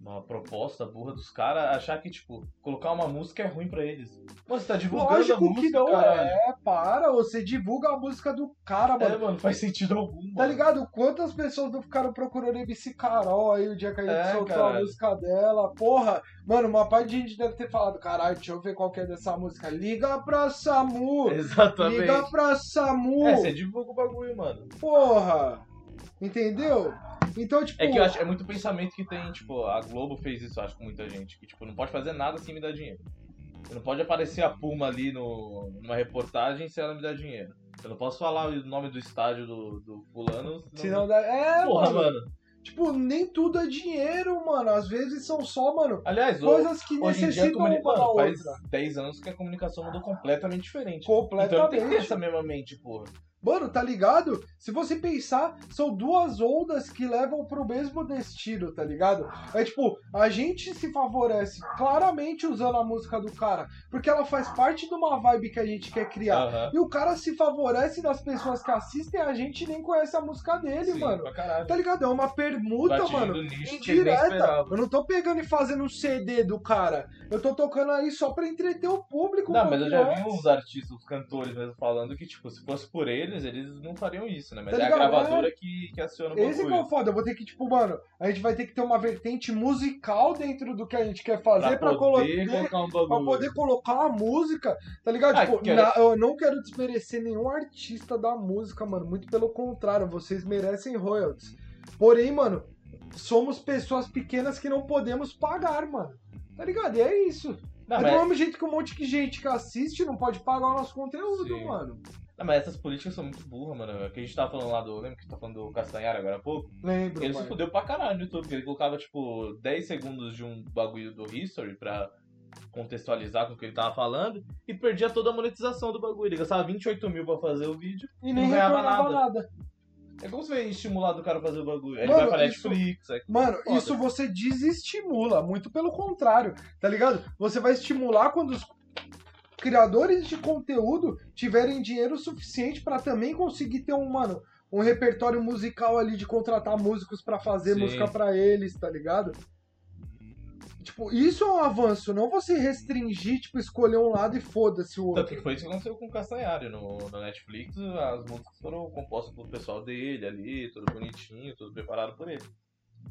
Uma proposta burra dos caras achar que, tipo, colocar uma música é ruim pra eles. Mano, você tá divulgando a
Lógico que
música,
não.
caralho.
É, para, você divulga a música do cara,
É,
mano.
mano, não faz sentido algum.
Tá
mano.
ligado? Quantas pessoas não ficaram procurando MC Carol aí o dia que a gente
É,
soltou a
caralho.
música dela? Porra, mano, uma parte de gente deve ter falado, caralho, deixa eu ver qual que é dessa música. Liga pra Samu!
Exatamente.
Liga pra Samu!
É, você divulga o bagulho, mano.
Porra! Entendeu? Então, tipo.
É que eu acho, é muito pensamento que tem, tipo, a Globo fez isso, eu acho, com muita gente. Que, tipo, não pode fazer nada sem me dar dinheiro. Eu não pode aparecer a Puma ali no, numa reportagem se ela me dar dinheiro. Eu não posso falar o nome do estádio do, do fulano.
Se não dá. É,
Porra,
mano.
mano.
Tipo, nem tudo é dinheiro, mano. Às vezes são só, mano,
Aliás, hoje,
coisas que
hoje em dia a
necessitam uma
comunicação
da
faz
outra.
10 anos que a comunicação mudou completamente diferente. Então ele tem que ter
Completamente.
essa mesma mente, porra.
Mano, tá ligado? Se você pensar, são duas ondas que levam pro mesmo destino, tá ligado? É tipo, a gente se favorece claramente usando a música do cara, porque ela faz parte de uma vibe que a gente quer criar.
Aham.
E o cara se favorece das pessoas que assistem a gente e nem conhece a música dele,
Sim,
mano.
pra caralho.
Tá ligado? É uma permuta,
Tá atingindo
mano.
o nicho que ele nem
Indireta.
esperava.
Eu não tô pegando e fazendo um CD do cara. Eu tô tocando aí só pra entreter o público.
Não,
um
mas eu já
pouquinho
vi
antes.
uns artistas, uns cantores mesmo, falando que, tipo, se fosse por eles, eles não fariam isso, né? Mas
Tá
é a
ligado?
gravadora que, que aciona o
Esse que é
bagulho.
o foda, eu vou ter que, tipo, mano, a gente vai ter que ter uma vertente musical dentro do que a gente quer fazer pra,
poder
colocar.
colocar um
Pra
bagulho.
poder colocar uma música, tá ligado?
Ah,
Tipo,
que
na- eu não quero desmerecer nenhum artista da música, mano. Muito pelo contrário, vocês merecem royalties. Porém, mano, somos pessoas pequenas que não podemos pagar, mano. Tá ligado? E é isso.
Não,
é
Ah, mas,
do mesmo jeito que um monte de gente que assiste não pode pagar o nosso conteúdo,
Sim.
mano.
não, mas essas políticas são muito burras, mano. É que a gente tava falando lá do. Lembra que tá falando do Castanhari agora há pouco?
Lembro,
Ele se
mano.
fudeu pra caralho no YouTube, porque ele colocava, tipo, 10 segundos de um bagulho do History pra contextualizar com o que ele tava falando e perdia toda a monetização do bagulho. Ele gastava 28 mil pra fazer o vídeo.
E nem
não ganhava
retornava
nada.
nada.
É como se vai estimular do cara a fazer o bagulho. Aí ele
Mano,
vai pra
isso-
Netflix. Aí...
Mano,
Foda.
isso você desestimula, muito pelo contrário, tá ligado? Você vai estimular quando os criadores de conteúdo tiverem dinheiro suficiente pra também conseguir ter um, mano, um repertório musical ali de contratar músicos pra fazer
Sim.
música pra eles, tá ligado? Tipo, isso é um avanço, não você restringir, tipo, escolher um lado e foda-se o outro.
Tanto que foi isso que aconteceu com o Castanhari no, no Netflix. As músicas foram compostas pelo pessoal dele ali, tudo bonitinho, tudo preparado por ele.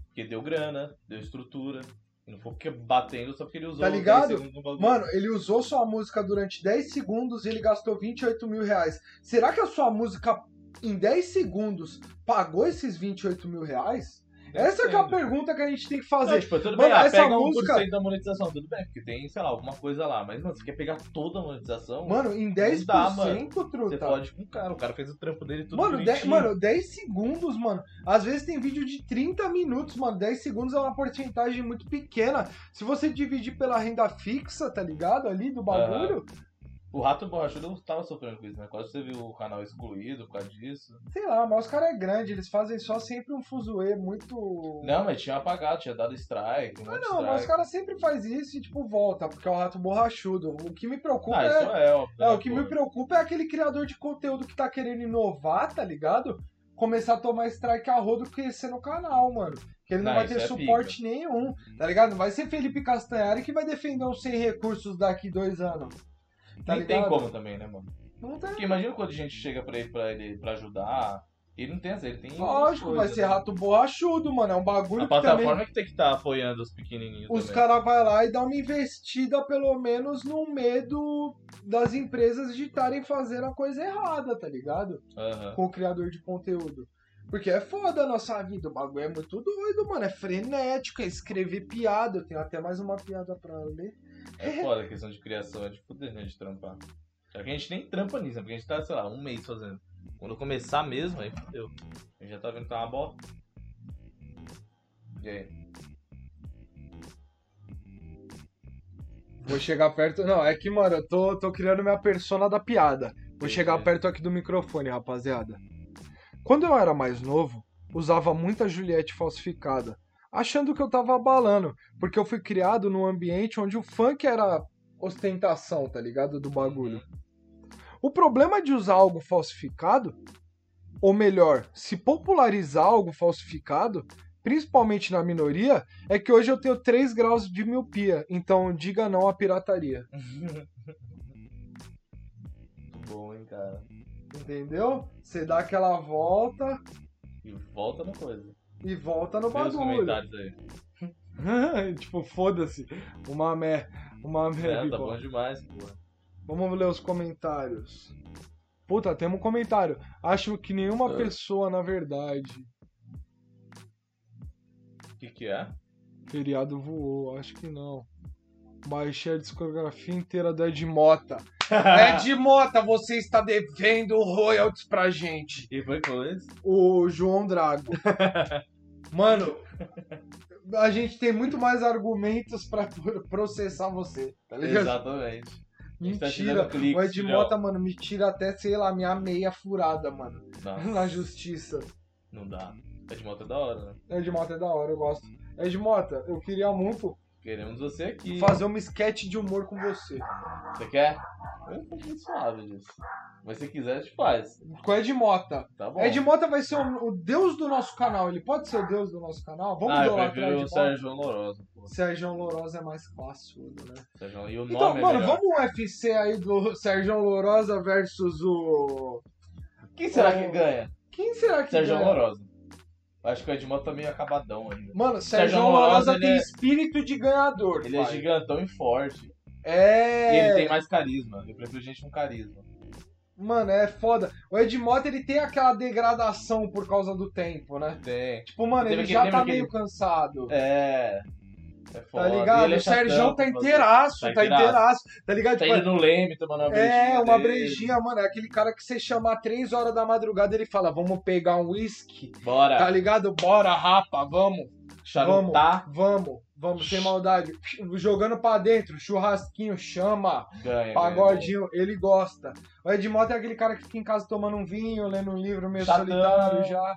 Porque deu grana, deu estrutura. E não foi porque batendo só porque ele usou
Tá
os 10
ligado?
segundos do bagulho.
Mano, ele usou sua música durante 10 segundos e ele gastou 28 mil reais. Será que a sua música em 10 segundos pagou esses 28 mil reais? Essa que é a pergunta que a gente tem que
Não,
fazer.
tipo, tudo
Mano,
bem, ah,
essa
pega
música-
1% da monetização, tudo bem, porque tem, sei lá, alguma coisa lá. Mas, mano, você quer pegar toda a monetização?
Mano, em 10%,
tipo, dá, mano. você
truta.
pode com o cara. O cara fez o trampo dele tudo
Mano, 10,
bonitinho.
mano, 10 segundos, mano. Às vezes tem vídeo de 30 minutos, mano. 10 segundos é uma porcentagem muito pequena. Se você dividir pela renda fixa, tá ligado? Ali do bagulho,
O Rato Borrachudo tava sofrendo com isso, né? Quase teve o canal excluído por causa disso.
sei lá, mas os caras é grande, eles fazem só sempre um fuzuê muito.
Não, mas tinha apagado, tinha dado strike. Um
Ah,
monte de
não, mas os
strike.
caras sempre faz isso e, tipo, volta, porque é o rato borrachudo. O que me preocupa
Ah,
é.
isso é óbvio.
é,
né,
o que
pô?
me preocupa é aquele criador de conteúdo que tá querendo inovar, tá ligado? Começar a tomar strike a rodo crescer no canal, mano. Que ele não,
Não,
vai
isso
ter
é
suporte nenhum, tá ligado? Não vai ser Felipe Castanhari que vai defender um sem recursos daqui dois anos. Tá
Nem
ligado?
tem como também, né, mano?
Não tem.
Porque imagina quando a gente chega pra ele pra, ele, pra ajudar. Ele não tem essa, ele tem.
Lógico, vai
outras coisas,
ser
né?
rato borrachudo, mano. É um bagulho
A
que também.
plataforma que tem que estar apoiando os pequenininhos.
Os
também.
caras vão lá e dá uma investida, pelo menos, no medo das empresas de estarem fazendo a coisa errada, tá ligado?
Aham.
Com o criador de conteúdo. Porque é foda a nossa vida, o bagulho é muito doido, mano. É frenético, é escrever piada. Eu tenho até mais uma piada pra ler.
É foda a questão de criação, é de fuder, né? De trampar. Só que a gente nem trampa nisso, né? Porque a gente tá, sei lá, um mês fazendo. Quando começar mesmo, aí fudeu. A gente já tá vendo que tá uma bosta. E aí?
Vou chegar perto. Não, é que, mano, eu tô, tô criando minha persona da piada. Vou
Entendi.
chegar perto aqui do microfone, rapaziada. Quando eu era mais novo, usava muita Juliette falsificada, achando que eu tava abalando, porque eu fui criado num ambiente onde o funk era ostentação, tá ligado? Do bagulho. O problema de usar algo falsificado, ou melhor, se popularizar algo falsificado, principalmente na minoria, é que hoje eu tenho 3 graus de miopia, então diga não à pirataria.
Muito bom, hein, cara.
Entendeu? Você dá aquela volta
E volta na coisa.
e volta no
Vê os
bagulho.
comentários aí.
tipo, foda-se. Uma mer... Uma
É,
mer...
tá bom demais, porra.
Vamos ler os comentários. Puta, temos um comentário. Acho que nenhuma
Ah.
pessoa, na verdade,
O que que é?
feriado voou. Acho que não. Baixei a discografia inteira do Ed Mota. Ed Mota, você está devendo royalties pra gente.
E foi com isso?
O João Drago. Mano, a gente tem muito mais argumentos pra processar você, tá ligado?
Exatamente. A gente tá te dando
Mentira.
cliques,
O Ed
filhão.
Mota, mano, me tira até, sei lá, minha meia furada, mano,
Nossa,
na justiça.
Não dá. Ed Mota é da hora, né?
Ed Mota é da hora, eu gosto. Ed Mota, eu queria muito
Queremos você aqui.
fazer uma sketch de humor com você.
Você quer? Eu tô muito suave disso. Mas se quiser, a gente faz.
Com Ed Mota.
Tá bom.
Ed Mota vai ser o, o deus do nosso canal. Ele pode ser o deus do nosso canal? Vamos
ah, eu
idolatrar
prefiro
Ed
o
Mota.
Sérgio Lourosa, pô.
Sérgio Lourosa é mais classudo, né?
Sérgio... E o
Então,
nome
mano,
é melhor.
vamos um UFC aí do Sérgio Lourosa versus o.
Quem será que ganha?
Quem será que
Sérgio
ganha?
Lourosa. Acho que o Edmota tá meio acabadão ainda.
Mano,
Sérgio
Sérgio
Lourosa,
Lourosa
ele
tem
é-
espírito de ganhador.
Ele é
pai.
gigantão e forte.
É.
E ele tem mais carisma. Eu prefiro gente com carisma.
Mano, é foda. O Edmota ele tem aquela degradação por causa do tempo, né?
Tem.
Tipo, mano,
Teve
ele
aquele-
já
lembra
tá
aquele-
meio cansado.
É. É
Tá
foda. E
ligado?
ele é
o Sérgio
chatão,
tá
mas-
inteiraço,
Tá
tá,
inteiraço.
inteiraço. Tá ligado?
Tá
Tipo,
indo no leme, tomando uma brejinha.
é, uma
dele.
brejinha, mano. É aquele cara que você chama às três horas da madrugada ele fala, vamos pegar um uísque.
Bora.
Tá ligado? Bora, rapa, vamos,
Charutar,
vamos, vamos, sem maldade. Jogando pra dentro, churrasquinho, chama.
ganha. ganha.
Pagodinho, ele gosta. O Edmota é aquele cara que fica em casa tomando um vinho, lendo um livro meio
Chatão.
solitário já.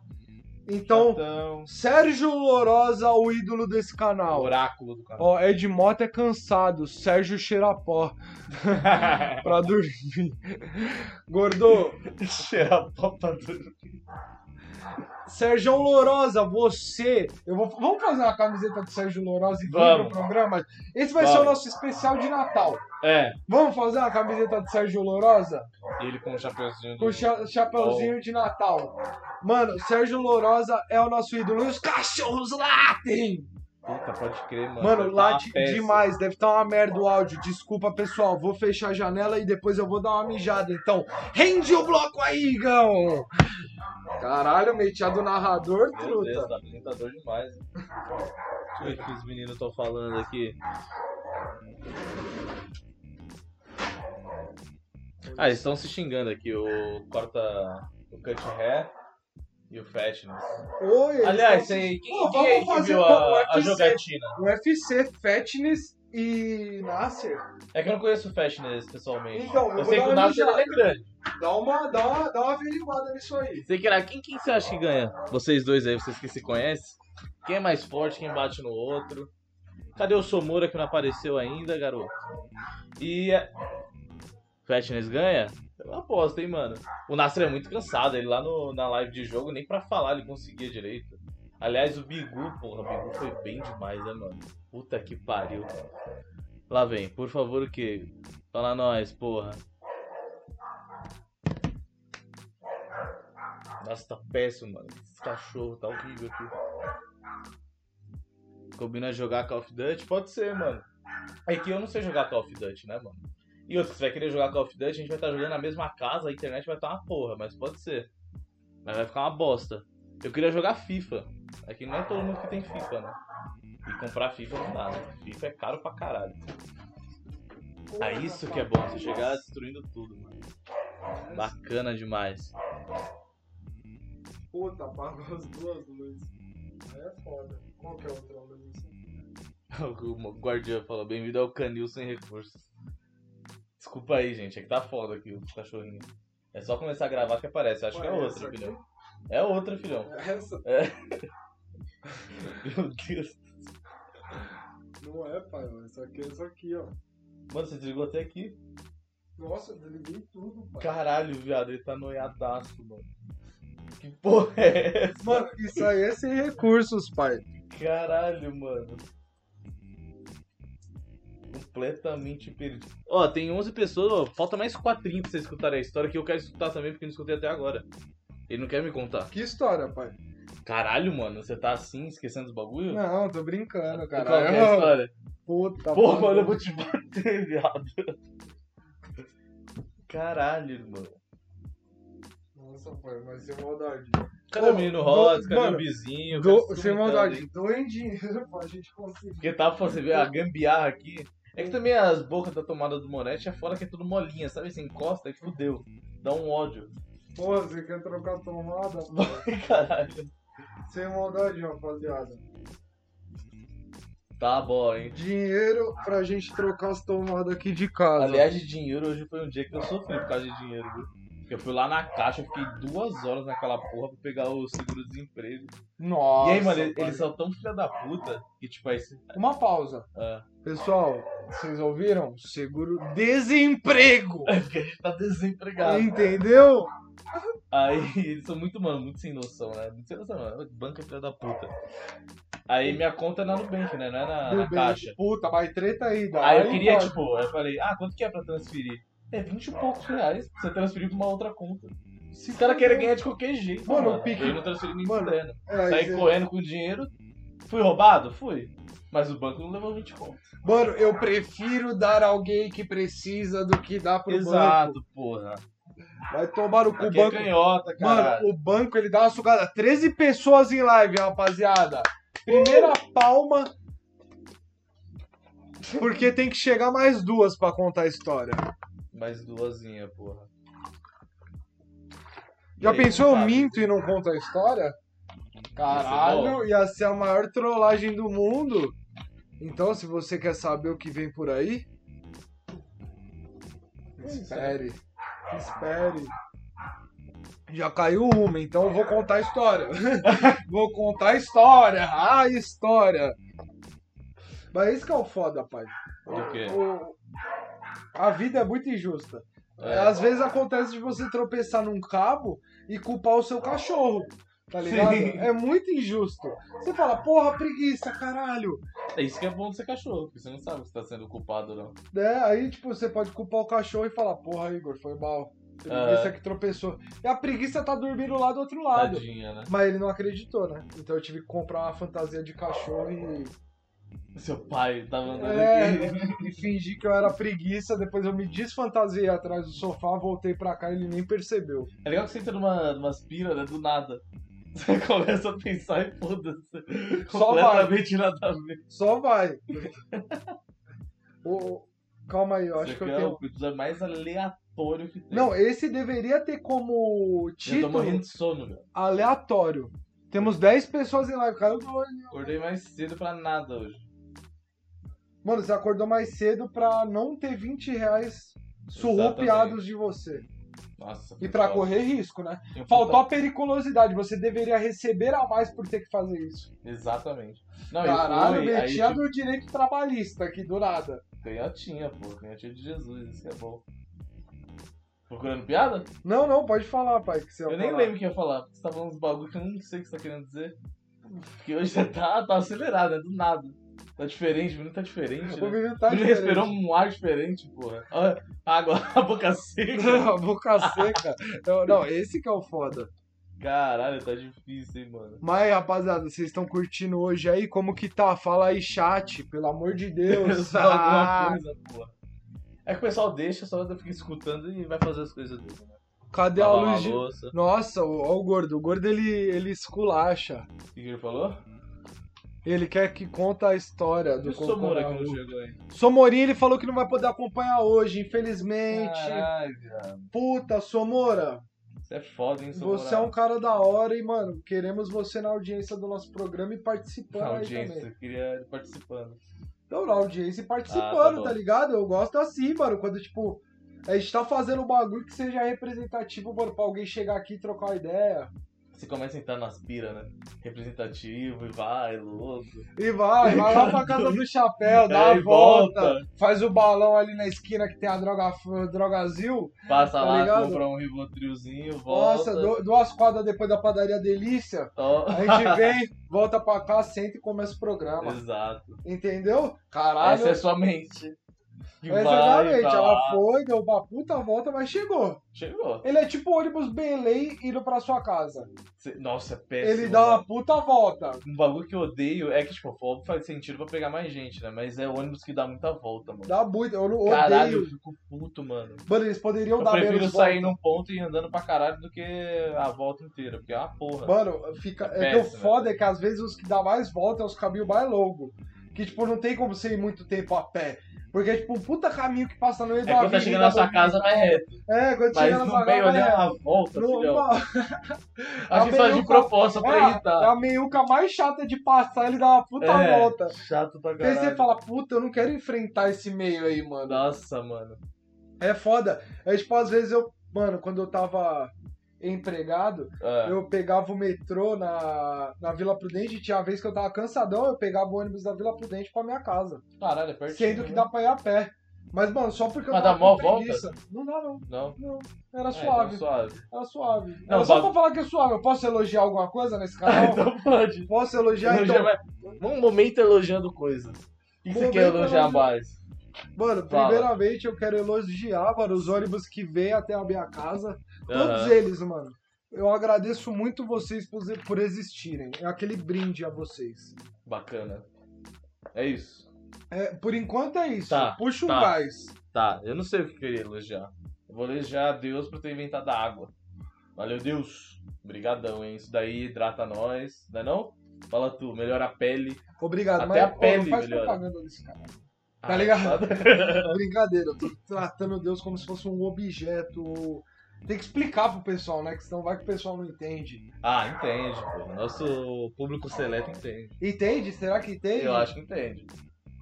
Então,
Chatão.
Sérgio Lourosa, o ídolo desse canal.
Oráculo do canal.
Ó, Edmota é cansado, Sérgio Xerapó, pra dormir. Gordô,
Cheira pó pra tudo.
Sérgio Lourosa, você. Eu vou, vamos fazer uma camiseta do Sérgio Lourosa e vir pro
Vamos.
programa? Esse vai ser o
Vamos.
nosso especial de Natal.
É.
Vamos fazer uma camiseta do Sérgio Lourosa?
Ele com o chapeuzinho
com o cha- chapeuzinho de Natal. Mano, Sérgio Lourosa é o nosso ídolo. E os cachorros latem!
Puta, pode crer, mano.
Mano,
Deve tá uma
late
peça.
demais. Deve estar uma merda o áudio. Desculpa, pessoal. Vou fechar a janela e depois eu vou dar uma mijada. Então, rende o bloco aí, Igão! Caralho, meti a do narrador,
Meu Deus,
truta.
tá tentador demais. hein? Deixa eu ver o que os meninos estão falando aqui. Ah, eles estão se xingando aqui. O corta. O cut hair e o fatness.
Oi, eles
Aliás,
tão-
aí, quem,
Pô,
quem
vamos
aí que
fazer
viu
um
a, a
UFC.
jogatina?
O UFC, Fatness e Nasser.
É que eu não conheço o Fatness pessoalmente.
Então, eu vou
eu sei
dar
que o
uma
Nasser
mijada.
é grande.
Dá uma, dá uma, dá uma averiguada nisso aí.
Sei que era. Quem, quem você acha que ganha? Vocês dois aí, vocês que se conhecem? Quem é mais forte, quem bate no outro? Cadê o Somura que não apareceu ainda, garoto? E. é, Fatness ganha? Eu aposto, hein, mano. O Nasser é muito cansado, ele lá no, na live de jogo, nem pra falar ele conseguia direito. Aliás, o Bigu, porra, o Bigu foi bem demais, né, mano? Puta que pariu. Lá vem, por favor, o quê? Fala nós, porra. Nossa, tá péssimo, mano. Esse cachorro tá horrível aqui. Combina jogar Call of Duty? Pode ser, mano. É que eu não sei jogar Call of Duty, né, mano? E outra, se vai querer jogar Call of Duty, a gente vai estar jogando na mesma casa, a internet vai estar uma porra, mas pode ser. Mas vai ficar uma bosta. Eu queria jogar FIFA. Aqui não é todo mundo que tem FIFA, né? E comprar FIFA não dá, né? FIFA é caro pra caralho. Ah, isso que é bom, você chegar destruindo tudo, mano. Bacana demais.
Puta, apagou as duas luzes. Aí é foda. Qual que é a outra luz?
O guardião falou, bem-vindo ao canil sem recursos. Desculpa aí, gente, é que tá foda aqui o cachorrinho. É só começar a gravar que aparece, acho que é
Olha
outra,
essa aqui.
filhão. É outra, filhão.
Essa
Meu Deus.
não é, pai. mano. Essa aqui é essa aqui, ó.
Mano, você desligou até aqui.
Nossa, eu desliguei tudo, pai.
Caralho, viado, ele tá noiadaço, mano. Que porra é essa?
Mano, isso aí é sem recursos, pai.
Caralho, mano. Completamente perdido. Ó, tem 11 pessoas, ó, falta mais 4 pra vocês escutarem a história que eu quero escutar também porque eu não escutei até agora. Ele não quer me contar.
Que história, pai.
Caralho, mano, você tá assim, esquecendo dos bagulho?
Não, tô brincando,
Qual que é a
cara.
história?
Puta,
Pô,
pariu.
mano, eu vou te bater, viado. Caralho, irmão.
Nossa, pai, mas sem maldade.
Cadê
Ô,
o menino
do-
Rods? Cadê
mano,
o vizinho? Cadê
Do,
todo
sem
mundo tá
maldade,
ali?
doem dinheiro pra gente conseguir.
Porque tá você vê a gambiarra aqui. É que também as bocas da tomada do Moretti é fora que é tudo molinha, sabe? Você encosta e fudeu. Dá um ódio.
Pô, você quer trocar a tomada? pai?
Caralho.
Sem maldade, rapaziada.
Tá bom, hein?
Dinheiro pra gente trocar as tomadas aqui de casa.
Aliás, de dinheiro, hoje foi um dia que eu sofri por causa de dinheiro, viu? Eu fui lá na caixa, eu fiquei duas horas naquela porra pra pegar o seguro-desemprego. E
Nossa.
aí, mano,
pai.
eles são tão filha da puta que, tipo, aí. se-
Uma pausa.
Ah,
Pessoal, vocês ouviram? Seguro desemprego.
tá desempregado.
Entendeu?
Aí eles são muito, mano, muito sem noção, né? Muito sem noção, mano. Banca é filha da puta. Aí minha conta é na Nubank, né? Não é na, na
Meu bem,
caixa.
Puta, vai treta aí, dá.
Aí eu queria,
pode.
tipo, aí eu falei, ah, quanto que é pra transferir? É 20 e poucos reais pra você transferir pra uma outra conta.
Se
Os caras querem ganhar de qualquer jeito,
Mano,
mano.
o Pix-
Eu não transferi nem
Mano,
fudendo.
É,
Saí
isso aí.
correndo com o dinheiro. Fui roubado? Fui. Mas o banco não levou 20 conto.
Mano, eu prefiro dar alguém que precisa do que dar pro banco.
Exato, porra.
Vai tomar o cu o
Aqui é
banco.
canhota, caralho.
Mano, o banco ele dá uma sugada. 13 pessoas em live, rapaziada. Primeira palma. Porque tem que chegar mais duas pra contar a história.
Mais duasinha, porra.
Já
E aí,
pensou eu
compadre?
minto e não conto a história?
é
Caralho, ia ser a maior trollagem do mundo. Então, se você quer saber o que vem por aí,
é
espere. é. Espere. Já caiu uma, então eu vou contar a história. vou contar a história, a história. Mas isso que é o foda, pai.
Do quê?
O- A vida é muito injusta.
É.
Às vezes acontece de você tropeçar num cabo e culpar o seu cachorro. Tá ligado?
Sim.
É muito injusto. Você fala, porra, preguiça, caralho.
É isso que é bom de ser cachorro, porque você não sabe se tá sendo culpado ou não.
Né? Aí, tipo, você pode culpar o cachorro e falar, porra, Igor, foi mal.
É.
Preguiça que tropeçou. E a preguiça tá dormindo lá do outro lado.
Tadinha, né?
Mas ele não acreditou, né? Então eu tive que comprar uma fantasia de cachorro e,
Seu pai tava andando
É.
aqui.
e fingir que eu era preguiça. Depois eu me desfantasiei atrás do sofá, voltei pra cá e ele nem percebeu.
É legal que você entra numa, numa aspira, né? Do nada. Você começa a pensar e foda-se.
Só vai.
Completamente nada a ver.
Só vai. Ô, calma aí, eu acho
Você
que eu
quer
tenho.
é o episódio mais aleatório que tem.
Não, esse deveria ter como
eu tô
título
morrendo de sono, meu.
aleatório. Temos 10 pessoas em live. Caiu do olho.
Acordei mais cedo pra nada hoje.
Mano, você acordou mais cedo pra não ter 20 reais surrupiados de você.
Nossa.
E pra
pessoal,
correr risco, né?
tem um
Faltou a periculosidade. Você deveria receber a mais por ter que fazer isso.
puta- Exatamente. Não,
Caralho,
e foi, aí,
metia
tipo,
no direito trabalhista aqui, do nada.
canhotinha, pô. Canhotinha de Jesus, isso que é bom. Procurando piada?
Não, não, pode falar, pai. Que você é um ia
Eu nem
falar.
lembro o que eu ia falar. Você tá falando uns bagulho que eu não sei o que você tá querendo dizer. Porque hoje você tá, tá acelerado, né? Do nada. Tá diferente, o menino tá diferente,
O
né?
menino
O
tá
menino
diferente.
respirou um ar diferente, porra. Olha, água, a boca seca.
a boca seca. Não, não, esse que é o foda.
Caralho, tá difícil, hein, mano.
Mas, rapaziada, vocês estão curtindo hoje aí? Como que tá? Fala aí, chat, pelo amor de Deus.
Fala
Ah,
alguma coisa, porra. É que o pessoal deixa, só fica escutando e vai fazer as coisas dele, né?
cadê a
Lavar uma
luz de...
louça.
Nossa, ó, ó o gordo. O gordo, ele, ele esculacha.
O que ele falou?
Ele quer que conta a história do
E o né, Somora que
Coconaru.
não chegou ainda.
Somorinho, ele falou que não vai poder acompanhar hoje, infelizmente.
Caralho, viado.
Puta, Somora,
Você é foda, hein, Somora.
você é um cara da hora e, mano, queremos você na audiência do nosso programa e participando
Na
aí
audiência,
também.
eu queria ele participando.
Então, na audiência e
Ah, tá
participando,
bom.
tá, ligado? Eu gosto assim, mano, quando, tipo, a gente tá fazendo um bagulho que seja representativo, mano, pra alguém chegar aqui e trocar uma ideia.
Você começa a entrar nas pira, né? Representativo e vai, louco.
E vai, vai lá pra casa do chapéu, dá
Aí
a volta, faz o balão ali na esquina que tem a droga, drogazil.
Passa
Tá
lá,
ligado?
compra um ribotrilzinho, volta.
Nossa, du- duas quadras depois da padaria Delícia,
Tó-
a gente vem, volta pra cá, senta e começa o programa.
Exato.
Entendeu? Caralho.
É. Essa é sua mente. Que vai,
Exatamente,
vai
ela
lá.
foi, deu uma puta volta, mas chegou.
Chegou.
Ele é tipo o ônibus Belém indo pra sua casa.
Cê- Nossa, é péssimo.
Ele dá
mano.
uma puta volta.
Um bagulho que eu odeio é que, tipo, óbvio faz sentido pra pegar mais gente, né? Mas é ônibus que dá muita volta, mano.
Dá muito. Eu não
Caralho, eu
odeio.
fico puto, mano.
Mano, eles poderiam
Eu
dar
prefiro
menos
sair
volta.
num ponto e ir andando pra caralho do que a volta inteira, porque é uma porra.
Mano, fica. É,
É
que o
péssimo,
foda é que às vezes os que dá mais volta é os caminhos mais longos. Que, tipo, não tem como você ir muito tempo a pé. Porque, tipo, o puta caminho que passa no meio
É
da
quando tá chegando na
avenida
sua
do-
casa, vai reto.
É, quando
Mas
chega na sua
no meio,
casa,
olha
é.
a volta,
No-
filhão.
Não, tá
A gente faz de
meiuca-
proposta
é,
pra tá.
é
irritar.
a meiuca mais chata de passar, ele dá uma puta volta.
É, chato pra
Daí você
caralho.
fala, puta, eu não quero enfrentar esse meio aí, mano.
Nossa, mano.
É foda. É tipo, às vezes eu. Mano, quando eu tava empregado,
É.
eu pegava o metrô na, na Vila Prudente e tinha a vez que eu tava cansadão, eu pegava o ônibus da Vila Prudente pra minha casa.
Caralho, é pertinho.
Sendo que
né?
dá pra ir a pé. Mas, mano, só porque eu
Mas
tava
dá mó
com
volta?
preguiça. Não dá, não.
né? Não.
Era tá
É,
suave.
então suave.
Era suave.
Não,
Era só
bagu-
pra falar que é suave. Eu posso elogiar alguma coisa nesse
Ah,
canal?
então pode.
Posso elogiar,
Elogia
Tá então?
mais- Um momento elogiando coisas. O que você
Momento
quer elogiar
elogiando-
mais?
Então, Mano,
Fala.
primeiramente eu quero elogiar, mano, os ônibus que vêm até a minha casa. Todos
Aham.
eles, mano. Eu agradeço muito vocês por, por existirem. É aquele brinde a vocês.
Bacana. É isso.
É, por enquanto é isso.
Tá,
Puxa o
tá.
gás.
Tá, eu não sei o que eu queria elogiar. Eu vou elogiar a Deus por ter inventado a água. Valeu, Deus. Obrigadão, hein? Isso daí hidrata nós, não é não? Fala tu, melhora a pele.
Obrigado,
Até
mas
a
ó, não
pele
faz
melhora.
propaganda desse cara. Tá
Ah,
ligado?
tá-
Brincadeira, eu tô tratando Deus como se fosse um objeto. Tem que explicar pro pessoal, né? Que senão vai que o pessoal não entende.
ah, entende, pô. Nosso público seleto entende.
Entende? Será que entende?
Eu acho que entende.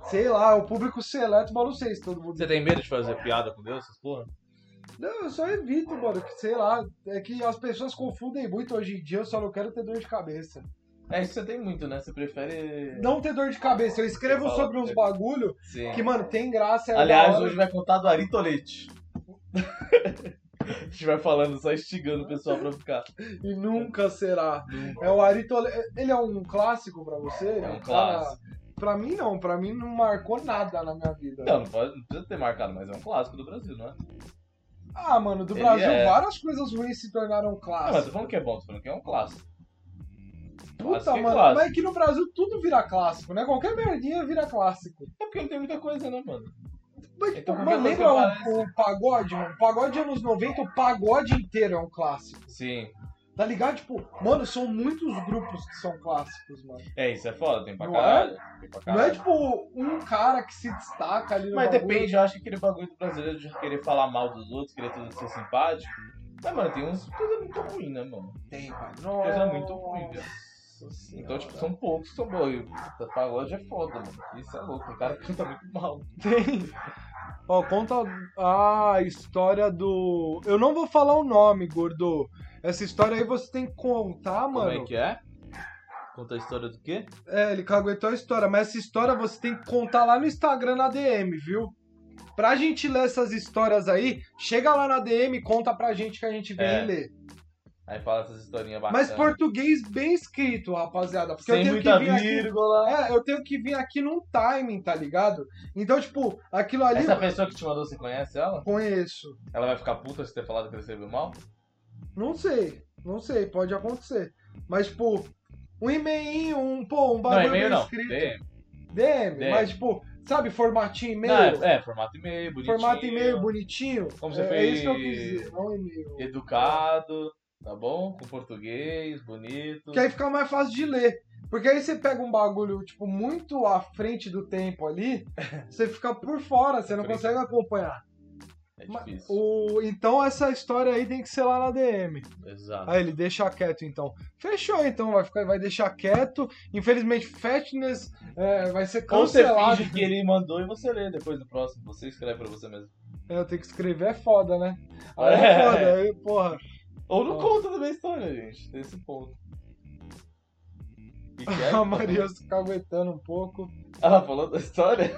Sei lá, o público seleto, mas não sei se todo mundo
Você tem medo de fazer piada com Deus, essas porra?
Não, eu só evito, mano. Que, sei lá, é que as pessoas confundem muito hoje em dia, eu só não quero ter dor de cabeça.
É, isso você tem muito, né? Você prefere.
Não ter dor de cabeça, eu escrevo
Fala,
sobre uns
né?
bagulho
Sim.
que, mano, tem graça. É da
Aliás,
hora.
hoje vai contar do Ari Tolete. A gente vai falando, só instigando o pessoal pra ficar.
E nunca será. É o Ari Tole... Ele é um clássico pra você? Ele
É
cara-
um clássico.
Pra mim, não. Pra mim, não marcou nada na minha vida.
Não, não, pode, não precisa ter marcado, mas é um clássico do Brasil, não é?
Ah, mano, do
Ele
Brasil,
é.
várias coisas ruins se tornaram
Ah, mas tô
clássicos.
falando que é bom, tô falando que é um clássico.
Puta,
clássico é
mano.
clássico.
Mas é que no Brasil tudo vira clássico, né? Qualquer merdinha vira clássico.
É porque não tem muita coisa, né, mano?
Mas,
Então,
tipo,
por que
mano,
você
lembra
parece-
o, o pagode, mano? Pagode anos 90, o pagode inteiro é um clássico.
Sim.
Tá ligado? Tipo, mano, são muitos grupos que são clássicos, mano.
É, isso é foda, tem pra
Não
caralho. Tem pra
Não é
caralho.
tipo um cara que se destaca ali no
Mas
bagulho.
depende, eu acho que aquele bagulho do brasileiro de querer falar mal dos outros, querer todo mundo ser simpático. Mas, mano, tem uns coisa muito ruim, né, mano?
Tem, pai.
Coisa é muito ruim, velho.
velho.
Então, tipo, são poucos que são bons. E, puta, pagode é foda, mano. Isso é louco, o cara canta muito mal.
Ó, conta ah, a história do. Eu não vou falar o nome, gordo. Essa história aí você tem que contar,
Como
mano.
é que é? Conta a história do quê?
É, ele caguetou a história, mas essa história você tem que contar lá no Instagram na DM, viu? Pra gente ler essas histórias aí, chega lá na DM e conta pra gente que a gente vem
É,
e lê.
Aí fala essas historinhas bacanas.
Mas português bem escrito, rapaziada. Porque eu
Sem
tenho
muita
que vir aqui.
vírgula.
É, eu tenho que vir aqui num timing, tá ligado? Então, tipo, aquilo ali
Essa
eu
pessoa que te mandou, você conhece ela?
conheço.
Ela vai ficar puta se ter falado que ele recebeu mal?
Não sei, não sei, pode acontecer. Mas, tipo, um e-mail, um, pô, um
Não,
bagulho
e-mail
bem
não.
escrito.
DM.
DM,
DM.
mas, tipo, sabe, formatinho e-mail?
Não, é, é, formato e-mail, bonitinho.
Formato e-mail bonitinho.
Como você
é,
foi-
é isso que eu quis dizer, não e-mail.
Educado, tá bom? Com português, bonito.
Porque aí fica mais fácil de ler. Porque aí você pega um bagulho, tipo, muito à frente do tempo ali, você fica por fora, você não
Frente.
consegue acompanhar.
É
Mas
difícil.
o- Então essa história aí tem que ser lá na DM.
Exato.
Aí ele deixa quieto então. Fechou então, vai, ficar, vai deixar quieto. Infelizmente, fatness é, vai ser
Ou você
cancelado.
finge que ele mandou e você lê depois do próximo. Você escreve pra você mesmo.
É, eu tenho que escrever, é foda, né? Aí é
É.
foda, aí, porra.
Ou não
Ó.
conta também a história, gente. Tem esse ponto. E que é?
A Maria se caguetando um pouco.
Ela falou da história?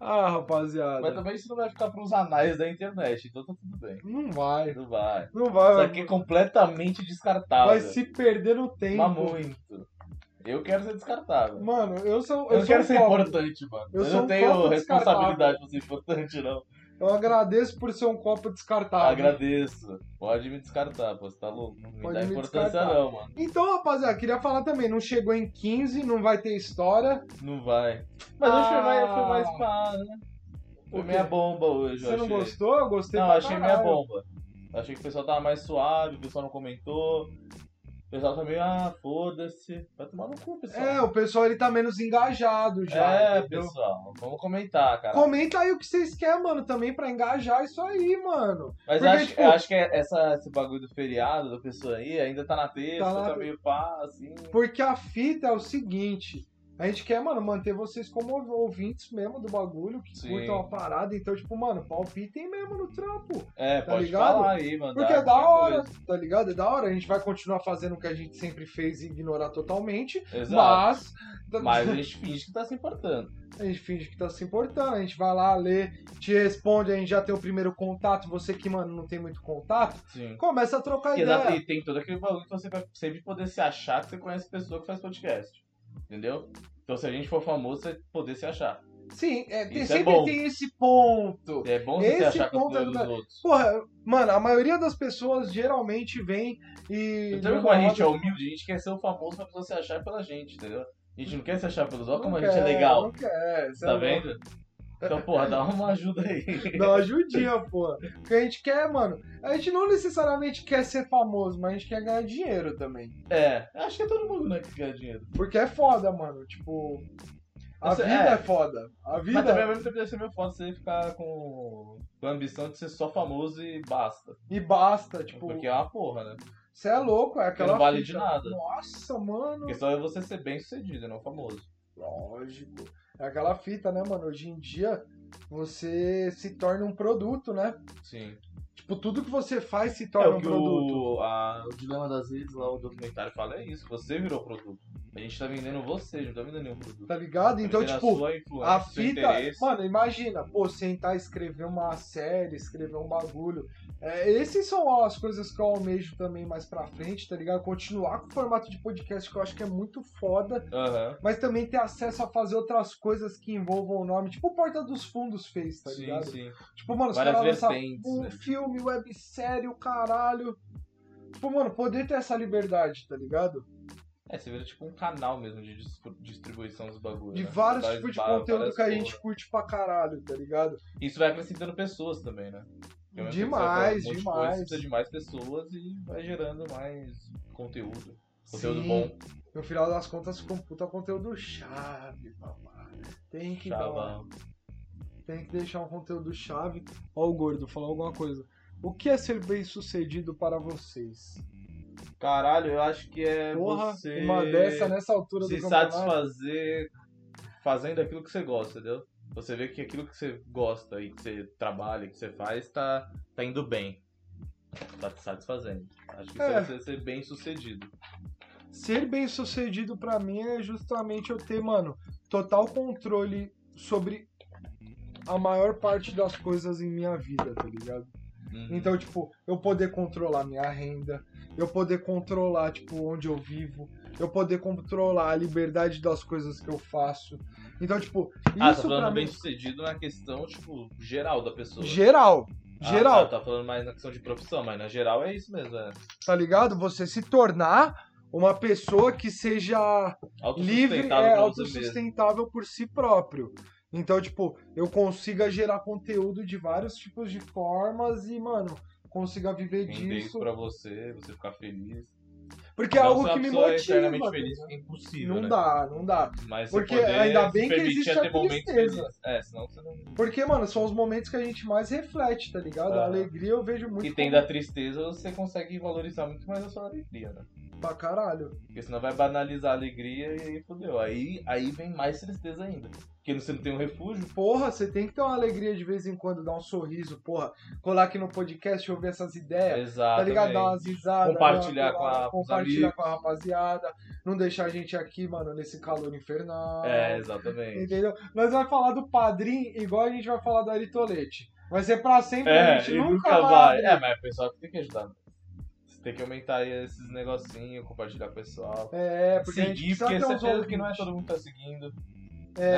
Ah, rapaziada.
Mas tá- também isso não vai ficar pros anais da internet, então tá tudo bem.
Não vai.
Não vai.
Não vai.
Isso aqui é completamente descartável.
vai se perder no tempo.
Mas muito. Eu quero ser descartável.
Mano, eu sou. Eu,
Eu, não
sou
quero
um
ser
pobre.
importante, mano.
Eu
Eu,
sou um
não tenho
copo
responsabilidade pra ser importante, não.
Eu agradeço por ser um copo descartável.
Agradeço. Pode me descartar, pô. Você tá louco. Não me
Pode
dá
me
importância,
descartar.
não, mano.
Então, rapaziada, queria falar também. Não chegou em 15, não vai ter história.
Não vai. Mas hoje foi mais, foi
Ah.
mais pá, né? Foi
O
meia
quê?
bomba hoje, eu
Você não
achei.
gostou? Eu gostei
Não,
pra
achei meia
caralho.
bomba. Achei que o pessoal tava mais suave, o pessoal não comentou. O pessoal tá meio, ah, foda-se. Vai tomar no cu, pessoal.
É, o pessoal ele tá menos engajado já.
É,
entendeu?
pessoal, vamos comentar, cara.
Comenta aí o que vocês querem, mano, também pra engajar isso aí, mano.
Mas
Porque,
acho,
tipo-
eu acho que essa, esse bagulho do feriado da pessoa aí ainda tá na terça,
Tá
tá,
na-
meio pá, assim.
Porque a fita é o seguinte. A gente quer, mano, manter vocês como ouvintes mesmo do bagulho, que
Sim.
curtam a parada. Então, tipo, mano, palpitem mesmo no trampo.
É,
Tá
pode
ligado?
falar aí, mano.
Porque é da hora, tá ligado? É da hora. A gente vai continuar fazendo o que a gente sempre fez e ignorar totalmente.
Exato.
Mas,
Mas a gente finge que tá se importando.
A gente finge que tá se importando, a gente vai lá ler, te responde, a gente já tem o primeiro contato. Você que, mano, não tem muito contato,
Sim.
começa a trocar
Porque
ideia.
dá- E tem todo aquele bagulho que você vai sempre poder se achar que você conhece pessoa que faz podcast. Entendeu? Então se a gente for famoso, você poder se achar.
Sim, é, tem-
Isso é
sempre
bom.
tem esse ponto.
É bom você se
Esse
achar com
ponto é
os dos
verdade.
outros.
Porra, mano, a maioria das pessoas geralmente vem e.
Então como a gente é humilde, a gente quer ser o famoso pra pessoa se achar pela gente, entendeu? A gente não quer se achar pelos outros, como a gente é legal.
Não quer, cê
Tá
é louco.
vendo? Então, porra, dá uma ajuda aí.
Dá uma ajudinha, porra. Porque a gente quer, mano. A gente não necessariamente quer ser famoso, mas a gente quer ganhar dinheiro também.
É, acho que é todo mundo, né, que ganha dinheiro.
Porque é foda, mano. Tipo. A
Essa-
vida
é.
é. foda. A vida
Mas também ao mesmo tempo deve ser meio foda você ficar com, com a ambição de ser só famoso e basta.
E basta, tipo,
Porque é uma porra, né?
você é louco, é aquela.
não vale
fita.
de nada.
Nossa, mano.
Porque só é você ser bem sucedido, não famoso.
Lógico. É aquela fita, né, mano? Hoje em dia você se torna um produto, né?
Sim.
Tipo, tudo que você faz se
É,
torna
o
um
que
produto.
o, a- o Dilema das Redes lá, o documentário fala é isso. Você virou produto. A gente tá vendendo você, não tá vendendo nenhum produto.
Tá ligado? Então,
Vendendo a
tipo,
sua influência,
a
seu
fita.
interesse.
Mano, imagina, pô, sentar e escrever uma série, escrever um bagulho. É, esses são as coisas que eu almejo também mais pra frente, tá ligado? Continuar com o formato de podcast que eu acho que é muito foda.
Aham.
mas também ter acesso a fazer outras coisas que envolvam o nome, tipo o Porta dos Fundos fez, tá
sim,
ligado?
sim.
Tipo, mano, os
Várias
caras lançaram
vertentes,
um
né?
filme, websérie, o caralho. Tipo, mano, poder ter essa liberdade, tá ligado?
É, você vira tipo um canal mesmo de distri- distribuição dos bagulhos.
De
né?
vários tipos de
barras,
conteúdo
várias
que a
porra.
gente curte pra caralho, tá ligado?
Isso vai acrescentando pessoas também, né? Porque ao mesmo tempo que você vai
Demais,
falando um monte
demais.
de coisa, você precisa de mais pessoas e vai gerando mais conteúdo. Conteúdo
Sim,
bom,
No final das contas, ficou um puta conteúdo chave, papai. Tem que dar uma
chava.
Tem que deixar um conteúdo chave. Ó, o gordo, falar alguma coisa. O que é ser bem sucedido para vocês?
Caralho, eu acho que é
Porra,
você
uma dessa nessa altura
se
do campeonato.
satisfazer fazendo aquilo que você gosta, entendeu? Você vê que aquilo que você gosta e que você trabalha, e que você faz, tá, tá indo bem. Tá te satisfazendo. Acho que isso
É.
é você ser bem sucedido.
Ser bem sucedido pra mim é justamente eu ter, mano, total controle sobre a maior parte das coisas em minha vida, tá ligado?
Uhum.
Então, tipo, eu poder controlar minha renda, eu poder controlar, tipo, onde eu vivo, eu poder controlar a liberdade das coisas que eu faço. Então, tipo,
Ah, tá
isso pra
falando bem
mim.
sucedido na questão, tipo, geral da pessoa.
Geral.
Ah,
Geral.
tá, tá falando mais na questão de profissão, mas na geral é isso mesmo, é.
tá ligado? Você se tornar uma pessoa que seja livre, é
Autossustentável pra você mesmo.
autossustentável por si próprio. Então, tipo, eu consiga gerar conteúdo de vários tipos de formas e, mano, consiga viver
Vender isso
disso.
pra você, você ficar feliz.
Porque é algo
ser uma
que me
pessoa
motiva.
eternamente feliz
né?
é impossível,
Não
né?
dá, não dá.
Mas
Porque
você poder
ainda
se
bem que
permitir é
existe a
ter momentos
tristeza.
felizes. É, senão você não...
Porque, mano, são os momentos que a gente mais reflete, tá ligado? A
Aham.
alegria eu vejo muito
E tem
como-
da tristeza, você consegue valorizar muito mais a sua alegria, né?
pra caralho.
Porque senão vai banalizar a alegria e aí fodeu. Aí, aí vem mais tristeza ainda. Porque você não tem um refúgio.
Porra, você tem que ter uma alegria de vez em quando, dar um sorriso, porra. Colar aqui no podcast, ouvir essas ideias.
Exato.
tá ligado? Dar umas risadas.
Compartilhar
dar
com a-
uma-
com os
Compartilhar
amigos.
com a rapaziada. Não deixar a gente aqui, mano, nesse calor infernal.
É, exatamente.
Entendeu? Nós vamos falar do padrinho igual a gente vai falar do Aritolete. Vai ser pra sempre, a
É,
gente
e
nunca,
nunca vai.
vai.
É, mas o pessoal tem que ajudar. Você tem que aumentar aí esses negocinhos, compartilhar com o pessoal.
É, porque a gente
Seguir,
precisa
porque
ter uns
certeza que não é
ouvintes.
todo mundo que tá seguindo.
É,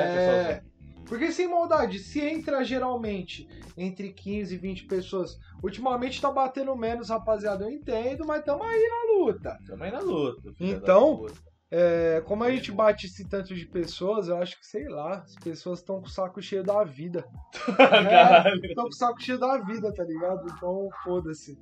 né,
porque sem maldade, se entra geralmente entre 15 e 20 pessoas, ultimamente tá batendo menos, rapaziada, eu entendo, mas tamo aí na luta.
Também é na luta. filha da
Então,
puta.
É, como a gente bate esse tanto de pessoas, eu acho que, sei lá, as pessoas estão com o saco cheio da vida. É.
Caralho.
Estão com o saco cheio da vida, tá ligado? Então, foda-se.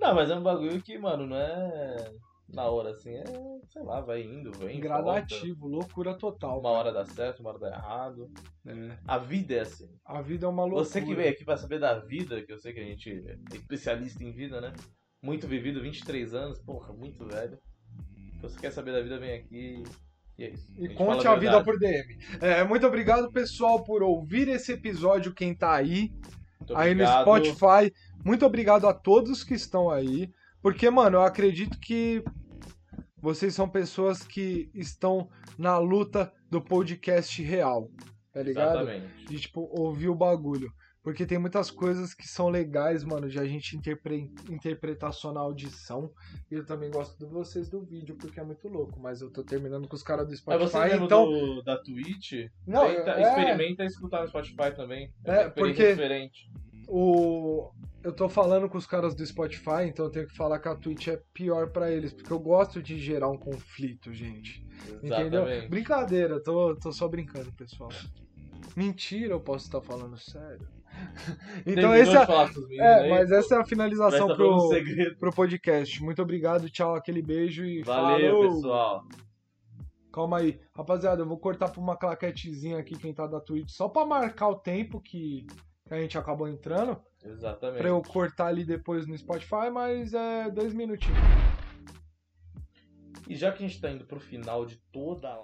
Não, mas é um bagulho que, mano, não é. na hora, assim, é, sei lá, vai indo, vem. volta.
Gradativo, loucura total.
tá. Uma hora dá certo, uma hora dá errado.
É.
A vida é assim.
A vida é uma loucura.
Você que veio aqui pra saber da vida, que eu sei que a gente é especialista em vida, né? Muito vivido, 23 anos, porra, muito velho. Se você quer saber da vida, vem aqui e é isso.
E
gente
conte
fala
a vida
verdade.
por DM. É, muito obrigado, pessoal, por ouvir esse episódio. Quem tá aí,
Muito
aí no
obrigado.
Spotify. tá Muito obrigado a todos que estão aí. Porque, mano, eu acredito que vocês são pessoas que estão na luta do podcast real. Tá ligado?
Exatamente. É,
de tipo ouvir o bagulho. Porque tem muitas coisas que são legais, mano, de a gente interpre... interpretar só na audição. E eu também gosto de vocês do vídeo, porque é muito louco. Mas eu tô terminando com os caras do
Mas
Spotify,
É você lembra
então.
do- da Twitch?
Não,
Tenta-
é,
Experimenta escutar no Spotify também. É, uma
É,
experiência
porque-
diferente.
o... eu tô falando com os caras do Spotify, então eu tenho que falar que a Twitch é pior pra eles, porque eu gosto de gerar um conflito, gente. Entendeu?
Exatamente.
Brincadeira, tô, tô só brincando, pessoal. Mentira, eu posso estar falando sério. então,
Terminou
esse
de né?
é,
falar com os meninos
É,
aí?
mas essa é a
Presta
finalização
pra
pro,
um segredo.
pro podcast. Muito obrigado, tchau, aquele beijo e
Valeu,
falou.
pessoal.
Calma aí. Rapaziada, eu vou cortar pra uma claquetezinha aqui quem tá da Twitch, só pra marcar o tempo que que a gente acabou entrando,
Exatamente.
pra eu cortar ali depois no Spotify, mas é dois minutinhos.
E já que a gente tá indo pro final de toda a